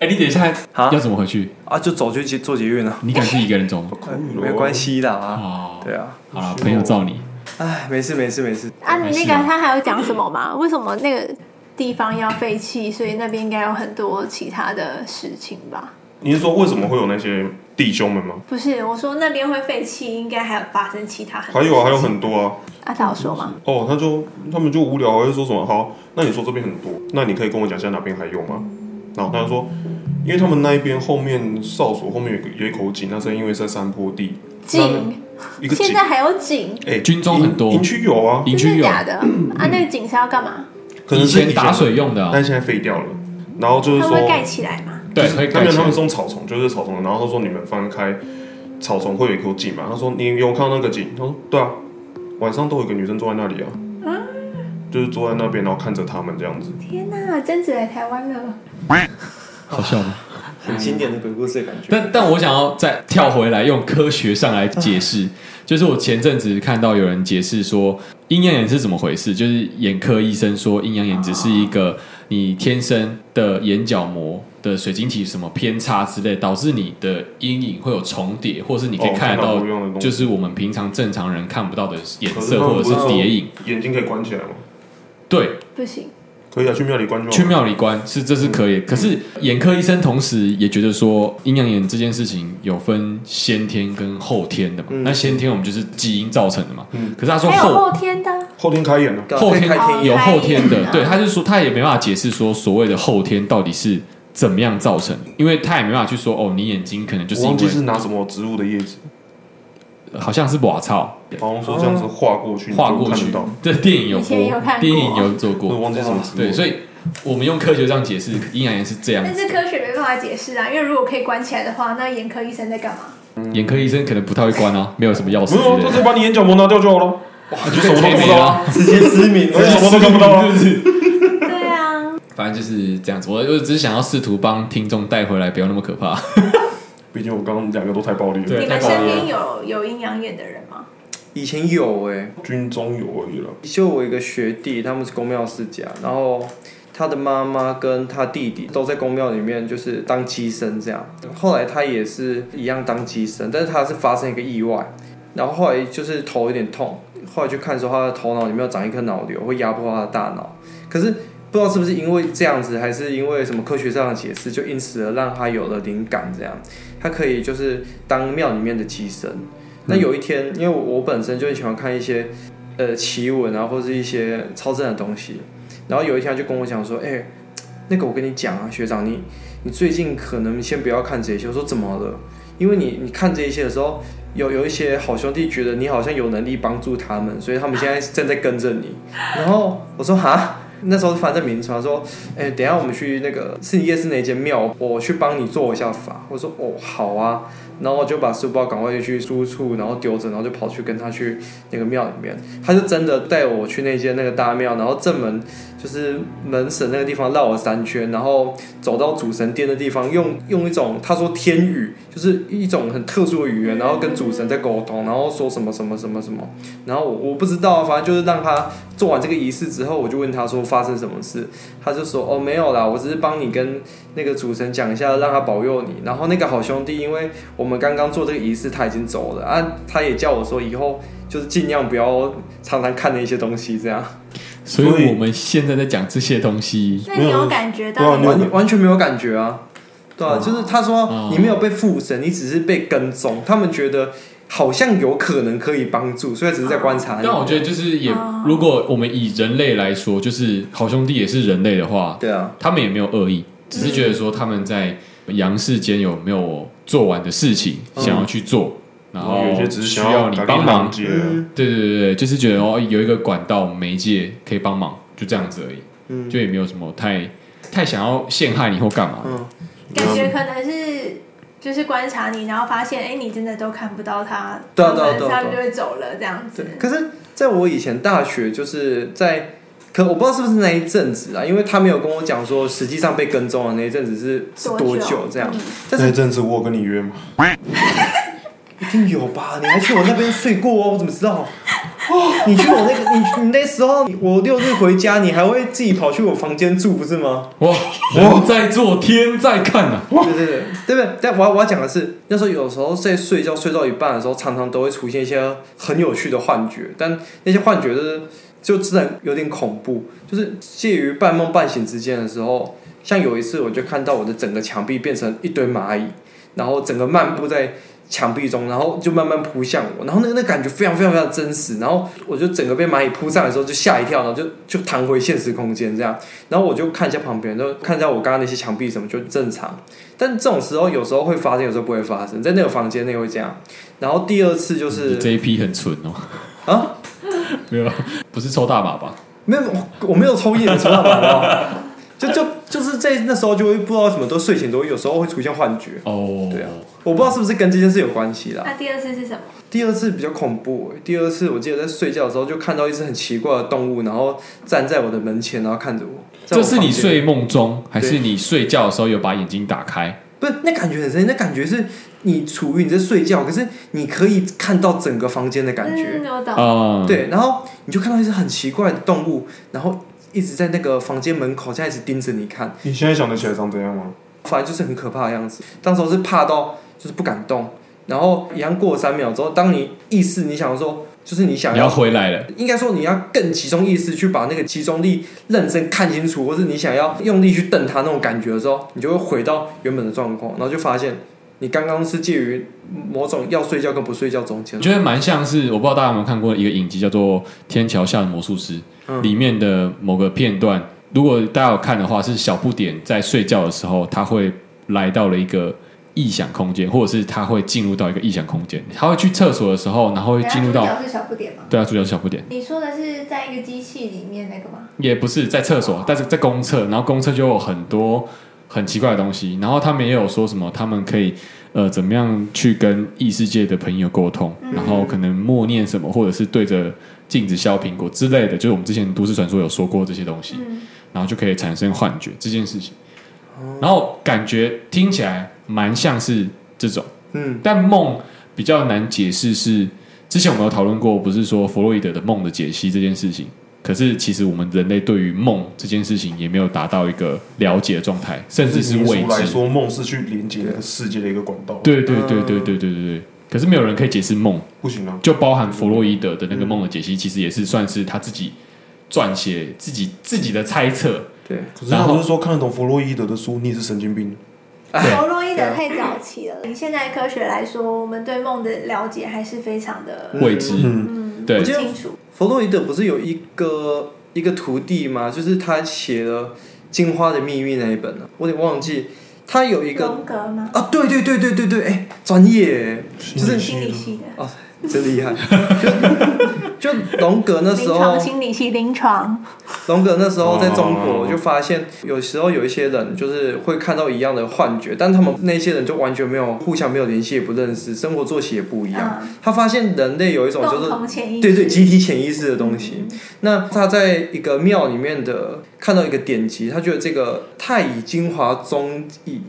Speaker 1: 哎、你等一下
Speaker 4: 啊
Speaker 1: 要怎么回去？
Speaker 4: 啊，就走去坐捷运了，
Speaker 1: 你敢自己一个人走吗？
Speaker 4: 没关系的啊。
Speaker 1: 哦，
Speaker 4: 对啊，
Speaker 1: 好了，朋友罩你。
Speaker 4: 哎，没事没事没事。
Speaker 3: 啊，
Speaker 1: 没
Speaker 3: 你
Speaker 1: 事
Speaker 3: 那
Speaker 1: 啊
Speaker 3: 个他还有讲什么吗？为什么那个地方要废弃？所以那边应该有很多其他的事情吧？
Speaker 2: 你是说为什么会有那些弟兄们吗？
Speaker 3: 不是，我说那边会废弃，应该还有发生其他很多
Speaker 2: 还有啊，还有很多啊。
Speaker 3: 啊，他有说吗？
Speaker 2: 哦，他就他们就无聊，还是说什么好？那你说这边很多，那你可以跟我讲一下哪边还有吗？然后他就说，因为他们那一边后面哨所后面有一个有一口井，那是因为在山坡地，
Speaker 3: 井，
Speaker 2: 嗯一个井
Speaker 3: 现，在还有井，
Speaker 2: 哎、
Speaker 1: 军中很多
Speaker 2: 营营区有啊，
Speaker 1: 营
Speaker 3: 真
Speaker 1: 区
Speaker 3: 的
Speaker 1: 有，
Speaker 3: 假的？啊，那个井是要干嘛？
Speaker 2: 可能
Speaker 1: 以
Speaker 2: 是
Speaker 1: 前打水，用的啊、
Speaker 2: 但现在废掉了。然后就是
Speaker 3: 它
Speaker 2: 说
Speaker 3: 会，盖起来吗？
Speaker 1: 对，可以改
Speaker 2: 他们他
Speaker 1: 成
Speaker 2: 们是用草丛，就是草丛。然后他说你们翻开草丛会有一口井嘛？他说你有看到那个井？他说对啊，晚上都有一个女生坐在那里啊，就是坐在那边，然后看着他们这样子。
Speaker 3: 天哪，贞子来台湾了！
Speaker 1: 好笑吗？
Speaker 4: 很经典的鬼故事的感觉。
Speaker 1: 但但我想要再跳回来，用科学上来解
Speaker 2: 啊
Speaker 1: 释，就是我前阵子看到有人解释说，阴阳眼是怎么回事，就是眼科医生说，阴阳眼只是一个你天生的眼角膜的水晶体什么偏差之类，导致你的阴影会有重叠，或是你可以
Speaker 2: 哦
Speaker 1: 看得
Speaker 2: 看到
Speaker 1: 到
Speaker 2: 不一样的东，西
Speaker 1: 就是我们平常正常人看不到的颜
Speaker 2: 可
Speaker 1: 色
Speaker 2: 他们
Speaker 1: 或者是
Speaker 2: 不
Speaker 1: 叠影。
Speaker 2: 眼睛可以关起来吗？
Speaker 1: 对，
Speaker 3: 不行，
Speaker 2: 可以啊，去庙里关就好。
Speaker 1: 去庙里关是这是可
Speaker 2: 嗯
Speaker 1: 以，可是眼科医生同时也觉得说，阴阳眼这件事情有分先天跟后天的嘛。那先天我们就是基因造成的嘛。
Speaker 2: 嗯
Speaker 1: 可是他说
Speaker 3: 还有
Speaker 1: 后
Speaker 3: 后天的，
Speaker 2: 后天开眼了、啊
Speaker 4: 后
Speaker 1: 后
Speaker 4: 可以开天
Speaker 1: 天
Speaker 4: 眼
Speaker 1: 有后天
Speaker 3: 开眼
Speaker 1: 的，
Speaker 2: 嗯
Speaker 3: 啊
Speaker 1: 对，他就说他也没办法解释说所谓的后天到底是怎么样造成的，因为他也没办法去说哦，你眼睛可能就是
Speaker 2: 我
Speaker 1: 因
Speaker 2: 忘记是
Speaker 1: 为
Speaker 2: 拿什么植物的叶子，
Speaker 1: 好像是瓦草
Speaker 2: 好像说这
Speaker 3: 哦
Speaker 2: 样子画过去，
Speaker 1: 画过
Speaker 2: 你就
Speaker 1: 去
Speaker 2: 看得到。，
Speaker 1: 这电影有
Speaker 3: 以前有看
Speaker 1: 播，
Speaker 3: 过
Speaker 1: 电影有做过
Speaker 2: 我，忘记什么植物。
Speaker 1: 对，所以我们用科学上解释阴阳眼是这样子
Speaker 3: 但。是科学没办法解释啊，因为如果可以关起来的话，那眼科医生在干 嘛？
Speaker 1: 眼科医生可能不太会关啊，没有什么钥匙
Speaker 2: 没有
Speaker 1: 之
Speaker 2: 啊，他
Speaker 1: 类
Speaker 2: 直接
Speaker 1: 的，
Speaker 2: 把你眼角膜拿掉就好了，
Speaker 1: 他就
Speaker 2: 什么都看不到啊，
Speaker 4: 直接失明
Speaker 2: 而且什么都看不到啊。
Speaker 3: 对啊，
Speaker 1: 反正就是这样子。我我只是想要试图帮听众带回来，不要那么可 怕。
Speaker 2: 毕竟我刚刚两个都太暴力
Speaker 1: 对
Speaker 3: 啊你
Speaker 2: 了，
Speaker 1: 太
Speaker 3: 们
Speaker 1: 暴
Speaker 3: 身
Speaker 1: 力了
Speaker 3: 边有有阴阳眼的人吗？
Speaker 4: 以前有哎、
Speaker 2: 军中有而已了。
Speaker 4: 就我一个学弟，他们是公庙世家，然后他的妈妈跟他弟弟都在公庙里面，就是当鸡生这样。后来他也是一样当鸡生，但是他是发生一个意外，然后后来就是头有点痛，后来去看的时候，他的头脑里面有长一颗脑瘤，会压迫他的大脑。可是不知道是不是因为这样子，还是因为什么科学上的解释，就因此而让他有了灵感，这样他可以就是当庙里面的鸡生。那有一天，因为我我本身就很喜欢看一些呃奇闻啊，或是一些超自然的东西。然后有一天他就跟我讲说：“哎、那个我跟你讲啊，学长，你你最近可能先不要看这些。”我说：“怎么了？”因为你你看这一些的时候，有有一些好兄弟觉得你好像有能力帮助他们，所以他们现在正在跟着你。然后我说：“哈。”那时候反正在民传说，哎、等一下我们去那个是你夜市那间庙，我去帮你做一下法。我说哦，好啊。然后我就把书包赶快去书处，然后丢着，然后就跑去跟他去那个庙里面。他就真的带我去那间那个大庙，然后正门就是门神那个地方绕了三圈，然后走到主神殿的地方，用用一种他说天语，就是一种很特殊的语言，然后跟主神在沟通，然后说什么什么什么什么，然后我我不知道啊，反正就是让他做完这个仪式之后，我就问他说发生什么事，他就说哦没有啦，我只是帮你跟那个主神讲一下，让他保佑你。然后那个好兄弟，因为我们刚刚做这个仪式，他已经走了啊，他也叫我说以后就是尽量不要常常看那些东西，这样
Speaker 1: 所
Speaker 2: 所
Speaker 1: 以
Speaker 2: 以
Speaker 1: 我们现在在讲这些东西，
Speaker 3: 那你有感觉
Speaker 2: 没有
Speaker 3: 到
Speaker 2: 没有
Speaker 3: 吗？
Speaker 4: 完完全没有感觉啊。对啊，就是他
Speaker 1: 哦
Speaker 4: 说你没有被附身，你只是被跟踪，他们觉得好像有可能可以帮助，所以只是在观察你
Speaker 1: 哦但。我觉得就是也
Speaker 2: 啊
Speaker 3: 哦，
Speaker 1: 如果我们以人类来说，就是好兄弟也是人类的话，
Speaker 4: 对啊，
Speaker 1: 他们也没有恶意，只是觉得说他们在阳世间有没有做完的事情
Speaker 4: 嗯
Speaker 1: 想要去做，然后
Speaker 2: 有些只是
Speaker 1: 需
Speaker 2: 想
Speaker 1: 要你
Speaker 2: 赶紧
Speaker 1: 帮忙
Speaker 2: 拦，截
Speaker 4: 嗯
Speaker 1: 对对对对，就是觉得哦有一个管道媒介可以帮忙，就这样子而已，
Speaker 4: 嗯，
Speaker 1: 就也没有什么太太想要陷害你或干嘛的。
Speaker 4: 嗯
Speaker 3: 感觉可能是就是观察你，然后发现哎、你真的都看不到他，
Speaker 4: 对啊
Speaker 3: 他
Speaker 4: 对啊
Speaker 3: 们
Speaker 4: 对啊
Speaker 3: 他们就
Speaker 4: 对啊
Speaker 3: 会走了这样子
Speaker 4: 对。。可是，在我以前大学，就是在可我不知道是不是那一阵子啊，因为他没有跟我讲说实际上被跟踪的那一阵子是是多久这样，
Speaker 3: 嗯
Speaker 4: 但
Speaker 2: 那
Speaker 4: 是
Speaker 2: 阵子我有跟你约吗？
Speaker 4: 一定有吧？你还去我那边睡过哦，我怎么知道？ 哦，你去我那个你你那时候我六日回家，你还会自己跑去我房间住不是吗？
Speaker 1: 哇，人在做天在看啊呐、
Speaker 4: 对对对对不对？但我要我要讲的是，那时候有时候在睡觉睡到一半的时候，常常都会出现一些很有趣的幻觉，但那些幻觉就是就真的有点恐怖，就是介于半梦半醒之间的时候，像有一次我就看到我的整个墙壁变成一堆蚂蚁，然后整个漫步在。墙壁中，然后就慢慢扑向我，然后那个那感觉非常非常非常真实，然后我就整个被蚂蚁扑上来的时候就吓一跳，然后就就弹回现实空间这样，然后我就看一下旁边，就看一下我刚刚那些墙壁什么就正常，但这种时候有时候会发生，有时候不会发生，在那个房间内会这样。然后第二次就是
Speaker 1: 你这一批很蠢哦，
Speaker 4: 啊，
Speaker 1: 没有，不是抽大麻吧？
Speaker 4: 没有，我我没有抽烟，你知道吗？ 就就就是在那时候就会不知道为什么，都睡前都会有时候会出现幻觉，
Speaker 1: 哦，
Speaker 4: 对啊我不知道是不是跟这件事有关系啦。
Speaker 3: 那第二次是什么？
Speaker 4: 第二次比较恐怖、欸，第二次我记得在睡觉的时候就看到一只很奇怪的动物，然后站在我的门前，然后看着我。在我
Speaker 1: 这是你
Speaker 4: 房间
Speaker 1: 睡梦中，还是你睡觉的时候有把眼睛打开？
Speaker 4: 不是那感觉很神奇，那感觉是你处于你在睡觉，可是你可以看到整个房间的感觉。
Speaker 3: 嗯，我懂。
Speaker 1: 啊，，
Speaker 4: 对，然后你就看到一只很奇怪的动物，然后一直在那个房间门口，这样一直盯着你看，
Speaker 2: 你现在想得起来长怎样吗？
Speaker 4: 反正就是很可怕的样子。当时候是怕到就是不敢动，然后一样过了三秒之后，当你意识你想说，就是你想
Speaker 1: 你要回来了，
Speaker 4: 应该说你要更集中意识去把那个集中力认真看清楚，或是你想要用力去瞪它那种感觉的时候，你就会回到原本的状况，然后就发现你刚刚是介于某种要睡觉跟不睡觉中间
Speaker 1: 我。觉得蛮像是，我不知道大家有没有看过一个影集叫做《天桥下的魔术师》
Speaker 4: 嗯
Speaker 1: 里面的某个片段，如果大家有看的话，是小不点在睡觉的时候，他会来到了一个异想空间，或者是他会进入到一个异想空间，他会去厕所的时候，然后会呃进入
Speaker 3: 等
Speaker 1: 到
Speaker 3: 一下主角是小不点吗？
Speaker 1: 对啊，主角是小不点。
Speaker 3: 你说的是在一个机器里面那个吗？
Speaker 1: 也不是在厕所，但是在公厕，然后公厕就有很多很奇怪的东西，然后他们也有说什么，他们可以呃怎么样去跟异世界的朋友沟通，然后可能默念什么，或者是对着镜子削苹果之类的，就是我们之前都市传说有说过这些东西，
Speaker 3: 嗯，
Speaker 1: 然后就可以产生幻觉这件事情，然后感觉听起来蛮像是这种。
Speaker 4: 嗯
Speaker 1: 但梦比较难解释是，之前我们有讨论过，不是说弗洛伊德的梦的解析这件事情。可是其实我们人类对于梦这件事情也没有达到一个了解的状态，甚至是
Speaker 2: 民
Speaker 1: 未
Speaker 2: 俗来
Speaker 1: 知。
Speaker 2: 嗯说，梦是去连接那个世界的一个管道。，
Speaker 1: 对对对对对对对对。可是没有人可以解释梦，
Speaker 2: 不行啊，
Speaker 1: 就包含弗洛伊德的那个梦的解析，其实也是算是他自己撰写自己自己的猜测。
Speaker 4: 对，
Speaker 1: 啊
Speaker 2: 可是他不是说看得懂弗洛伊德的书，你也是神经病。
Speaker 1: 对
Speaker 3: 弗洛伊
Speaker 4: 啊
Speaker 3: 德太早期了。以现在科学来说，我们对梦的了解还是非常的
Speaker 1: 未知
Speaker 2: 嗯，
Speaker 3: 嗯
Speaker 1: 对
Speaker 3: 不清楚。
Speaker 4: 弗洛伊德不是有一个一个徒弟吗？就是他写了《金花的秘密》那一本呢、我有点忘记。他有一个
Speaker 3: 荣格吗？
Speaker 4: 啊，对对对对对 对，哎，专业耶，就是是
Speaker 3: 心理系的。
Speaker 4: 真厉害。 就龙格那
Speaker 3: 临
Speaker 4: 时候
Speaker 3: 床，心理系临床，
Speaker 4: 龙格那时候在中国
Speaker 2: 哦
Speaker 4: 就发现，有时候有一些人就是会看到一样的幻觉，但他们那些人就完全没有互相没有联系，也不认识，生活作息也不一样。
Speaker 3: 嗯
Speaker 4: 他发现人类有一种就
Speaker 3: 共
Speaker 4: 是
Speaker 3: 同潜意识，
Speaker 4: 对对，集体潜意识的东西。那他在一个庙里面的看到一个典籍，他觉得这个太乙精华宗义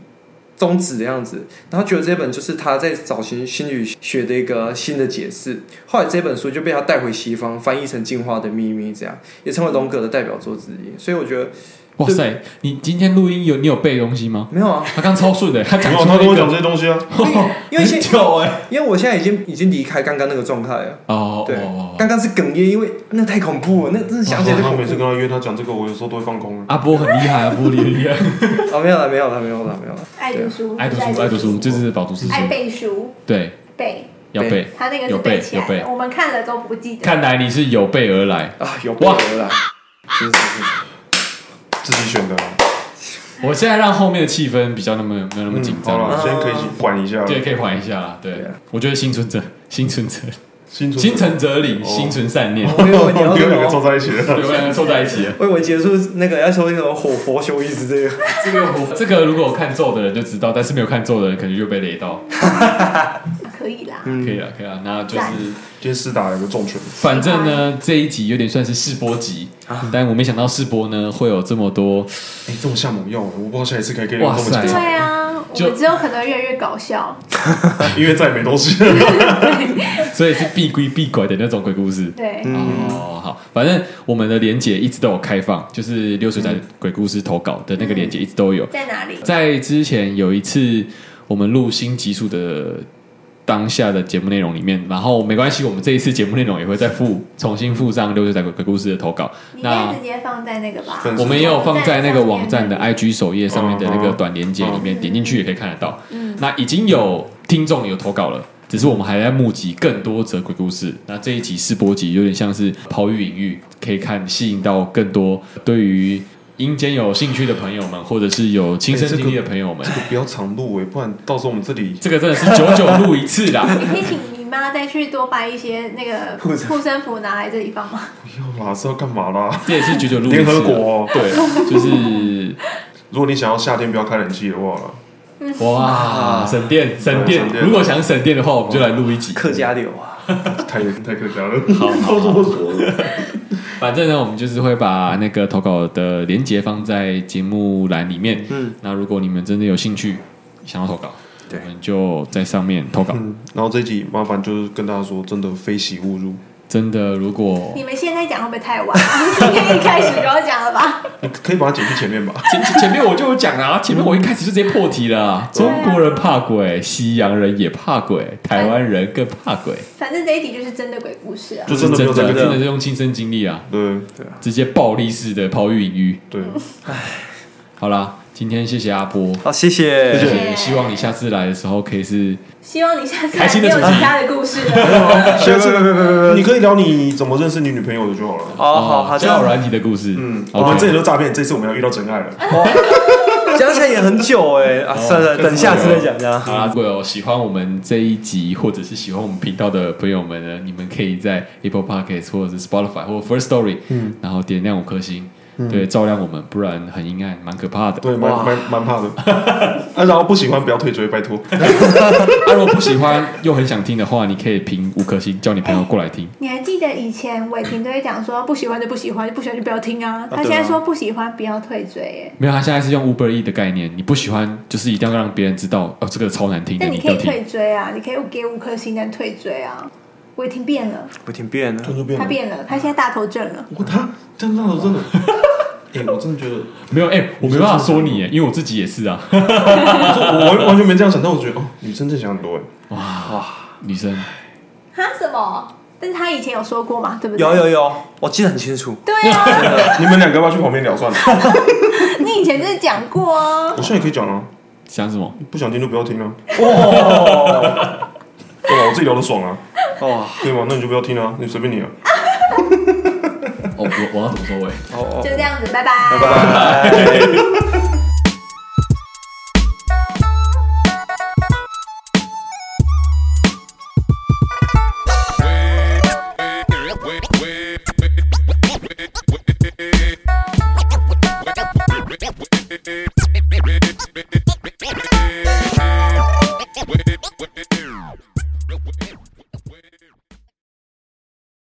Speaker 4: 宗旨的样子，然后觉得这本就是他在找寻心理学的一个新的解释。后来这本书就被他带回西方，翻译成《进化的秘密》，这样也成为荣格的代表作之一。所以我觉得
Speaker 1: 哇塞，你今天录音有你有背东西吗？
Speaker 4: 没有啊，
Speaker 1: 他刚超 顺的，他讲
Speaker 2: 没有，
Speaker 1: 出
Speaker 2: 他跟
Speaker 1: 一
Speaker 2: 我讲
Speaker 1: 个
Speaker 2: 欸这些东西啊。
Speaker 4: 因为现
Speaker 1: 很 久哎，
Speaker 4: 因为我现在已经已经离开刚刚那个状态了。
Speaker 1: 哦，
Speaker 4: 对
Speaker 1: 哦，哦
Speaker 4: 刚刚是哽咽，因为那太恐怖了，那真的想起来就
Speaker 2: 哦他
Speaker 4: 恐
Speaker 2: 每
Speaker 4: 怖
Speaker 2: 次。跟他约他讲这个，我有时候都会放空啊。
Speaker 1: 阿波很厉害，阿波厉害厉害，
Speaker 4: 哦，没有了，没有了，没有了，没有了。啊
Speaker 3: 爱读
Speaker 1: 啊
Speaker 3: 书，
Speaker 1: 爱读书，爱读书，这是饱读诗书，
Speaker 3: 爱背书，
Speaker 1: 对，
Speaker 3: 背。
Speaker 1: 要背。
Speaker 3: 他那个
Speaker 1: 有
Speaker 3: 是
Speaker 1: 背
Speaker 3: 背起来
Speaker 1: 有
Speaker 3: 的，
Speaker 1: 背
Speaker 3: 我们看了都不记得。
Speaker 1: 看来你是有备而来，
Speaker 4: 啊，有波折啦，是是是，
Speaker 2: 自己选的啊。
Speaker 1: 我现在让后面的气氛比较那么没有那么紧张
Speaker 2: 嗯好
Speaker 1: 了，
Speaker 2: 了，先可以管一下了。
Speaker 1: 对，可以缓一下啦。对
Speaker 4: 对啊，
Speaker 1: 我觉得心存者， 心存 者，
Speaker 2: 新
Speaker 1: 心存者
Speaker 2: 哦
Speaker 1: 理，心存善念，
Speaker 4: 我以为你
Speaker 2: 你
Speaker 4: 要
Speaker 2: 们两个
Speaker 4: 那
Speaker 2: 凑
Speaker 4: 种，
Speaker 2: 在一起了。
Speaker 1: 有两个凑在一起了。
Speaker 4: 我以为结束那个要说那种火佛修一之这个，
Speaker 1: 这个我这个如果有看咒的人就知道，但是没有看咒的人可能就被雷到。
Speaker 3: 可以啦，
Speaker 4: 嗯
Speaker 2: 嗯
Speaker 1: 可以了，可以了，那就是
Speaker 3: 赞
Speaker 2: 今天施打了一个重拳，
Speaker 1: 反正呢这一集有点算是试播集，
Speaker 3: 啊
Speaker 1: 但我没想到试播呢会有这么多。
Speaker 2: 哎，这种下猛药，我不知道下一次可以跟你
Speaker 1: 哇
Speaker 2: 们这么紧
Speaker 1: 塞
Speaker 2: 张，
Speaker 3: 对啊，我
Speaker 1: 就
Speaker 3: 们之后可能越来越搞笑。
Speaker 2: 因为再也没东西了。
Speaker 1: 所以是必归必拐的那种鬼故事。
Speaker 3: 对，
Speaker 4: 嗯
Speaker 1: 哦，好，反正我们的连接一直都有开放，就是流水仔鬼故事投稿的那个连接一直都有。
Speaker 3: 在哪里？
Speaker 1: 在之前有一次我们录新集数的当下的节目内容里面，然后没关系，我们这一次节目内容也会再附重新附上流水仔鬼鬼故事的投稿。
Speaker 3: 你应
Speaker 1: 那
Speaker 3: 该直接放在那个吧。
Speaker 2: 粉丝
Speaker 1: 我们也有放在那个网站哦的
Speaker 3: 上面
Speaker 1: IG 首页上面的那个短连接里面，点进去也可以看得到。那已经有听众有投稿了。只是我们还在募集更多则鬼故事。那这一集试播集有点像是抛玉引玉，可以看吸引到更多对于阴间有兴趣的朋友们，或者是有亲身
Speaker 2: 哎这个
Speaker 1: 经历的朋友 们
Speaker 2: 这。个不要常录哎，不然到时候我们这里
Speaker 1: 这个真的是久久录一次啦。
Speaker 3: 你可以请你妈再去多买一些那个
Speaker 4: 护身
Speaker 3: 护身符拿来这里放吗？
Speaker 2: 不要啦，是要干嘛啦？
Speaker 1: 这也是久久录一次。
Speaker 2: 联合国，
Speaker 1: 对，就是
Speaker 2: 如果你想要夏天不要开冷气的话啦，
Speaker 1: 哇， 省电省电
Speaker 2: 省。电
Speaker 1: 如果想省电的话，我们就来录一集。
Speaker 4: 客家流啊，
Speaker 2: 太太客家 了。
Speaker 1: 好好好反正呢，我们就是会把那个投稿的连接放在节目栏里面。嗯
Speaker 4: 嗯，
Speaker 1: 那如果你们真的有兴趣想要投稿，
Speaker 4: 对
Speaker 1: 我们就在上面投稿。
Speaker 2: 嗯，然后这一集麻烦就是跟大家说，真的非喜勿入。
Speaker 1: 真的，如果
Speaker 3: 你们现在讲会不会太晚？啊 今天一开始就要讲了吧？
Speaker 2: 你可以把它剪去前面吧。
Speaker 1: 前前面我就有讲啦、前面我一开始就直接破题了啊、中国人怕鬼，西洋人也怕鬼，台湾人更怕鬼，
Speaker 3: 反正这一集就是真的鬼故事啊。
Speaker 2: 就真的没有
Speaker 1: 真
Speaker 2: 在
Speaker 1: 的
Speaker 2: 跟
Speaker 1: 真的是用亲身经历啊，
Speaker 2: 对
Speaker 1: 直接暴力式的抛玉引玉。
Speaker 2: 对，
Speaker 1: 好啦，今天谢谢阿波，
Speaker 4: 好，谢谢
Speaker 3: 谢
Speaker 1: 对希望你下次来的时候可以是
Speaker 3: 希望你下次
Speaker 1: 开
Speaker 3: 还
Speaker 1: 心
Speaker 3: 没
Speaker 1: 的
Speaker 3: 有
Speaker 1: 主题
Speaker 3: 其他的故 事 了。
Speaker 2: 下次你可以聊你怎么认识你女朋友的就好了。
Speaker 4: 哦，好好，这
Speaker 1: 交友
Speaker 4: 样
Speaker 1: 软体的故事。
Speaker 2: 嗯，
Speaker 1: OK
Speaker 2: 我们这里都诈骗，这次我们要遇到真爱了。
Speaker 4: 讲起来也很久哎，啊，算了，等下次再讲这样。
Speaker 1: 好啊啦，如果有喜欢我们这一集，或者是喜欢我们频道的朋友们呢，你们可以在 Apple Podcast 或者是 Spotify 或 First Story，嗯，然后点亮五颗星，对，照亮我们，不然很阴暗，蛮可怕的。
Speaker 2: 对，蛮蛮蛮怕的。 啊，然后不喜欢不要退追，拜 托。
Speaker 1: 啊，如果不喜欢又很想听的话，你可以评五颗星，叫你朋友过来听。
Speaker 3: 你还记得以前伟霆都会讲说不喜欢就不喜欢，不喜欢就不要听啊。
Speaker 4: 对
Speaker 3: 他
Speaker 4: 啊
Speaker 3: 现在说不喜欢不要退追耶。
Speaker 1: 没有，他现在是用 Uber E 的概念，你不喜欢就是一定要让别人知道，哦，这个超难听的，
Speaker 3: 那
Speaker 1: 你
Speaker 3: 你
Speaker 1: 一
Speaker 3: 可
Speaker 1: 定
Speaker 3: 以
Speaker 1: 要听。
Speaker 3: 退追啊，你可以给五颗星但退追啊。伟霆变了，
Speaker 4: 不停变啊了，
Speaker 2: 就变
Speaker 3: 他变了，他现在大头症了。
Speaker 2: 我他真的啊真的， 哎，我真的觉得，
Speaker 1: 没有，哎、我没办法说你耶，因为我自己也是啊。
Speaker 2: 我说 我完完全没这样想，但我觉得哦，女生真的想很多哎。
Speaker 1: 女生，
Speaker 3: 哈什么？但是他以前有说过嘛，对不对？
Speaker 4: 有有。有，我记得很清楚。
Speaker 3: 对啊，
Speaker 2: 你们两个要不要去旁边聊算了？
Speaker 3: 你以前就是讲过啊
Speaker 2: 我。现在也可以讲啊，
Speaker 1: 想什么？
Speaker 2: 不想听就不要听啊。
Speaker 4: 哇
Speaker 2: 对吧？我自己聊的爽啊，
Speaker 4: 哇
Speaker 2: 对吗？那你就不要听啊，你随便你啊。
Speaker 1: 哦，我我要怎么收尾？
Speaker 4: 哦哦
Speaker 3: 就，这样子，拜拜。
Speaker 4: 拜拜。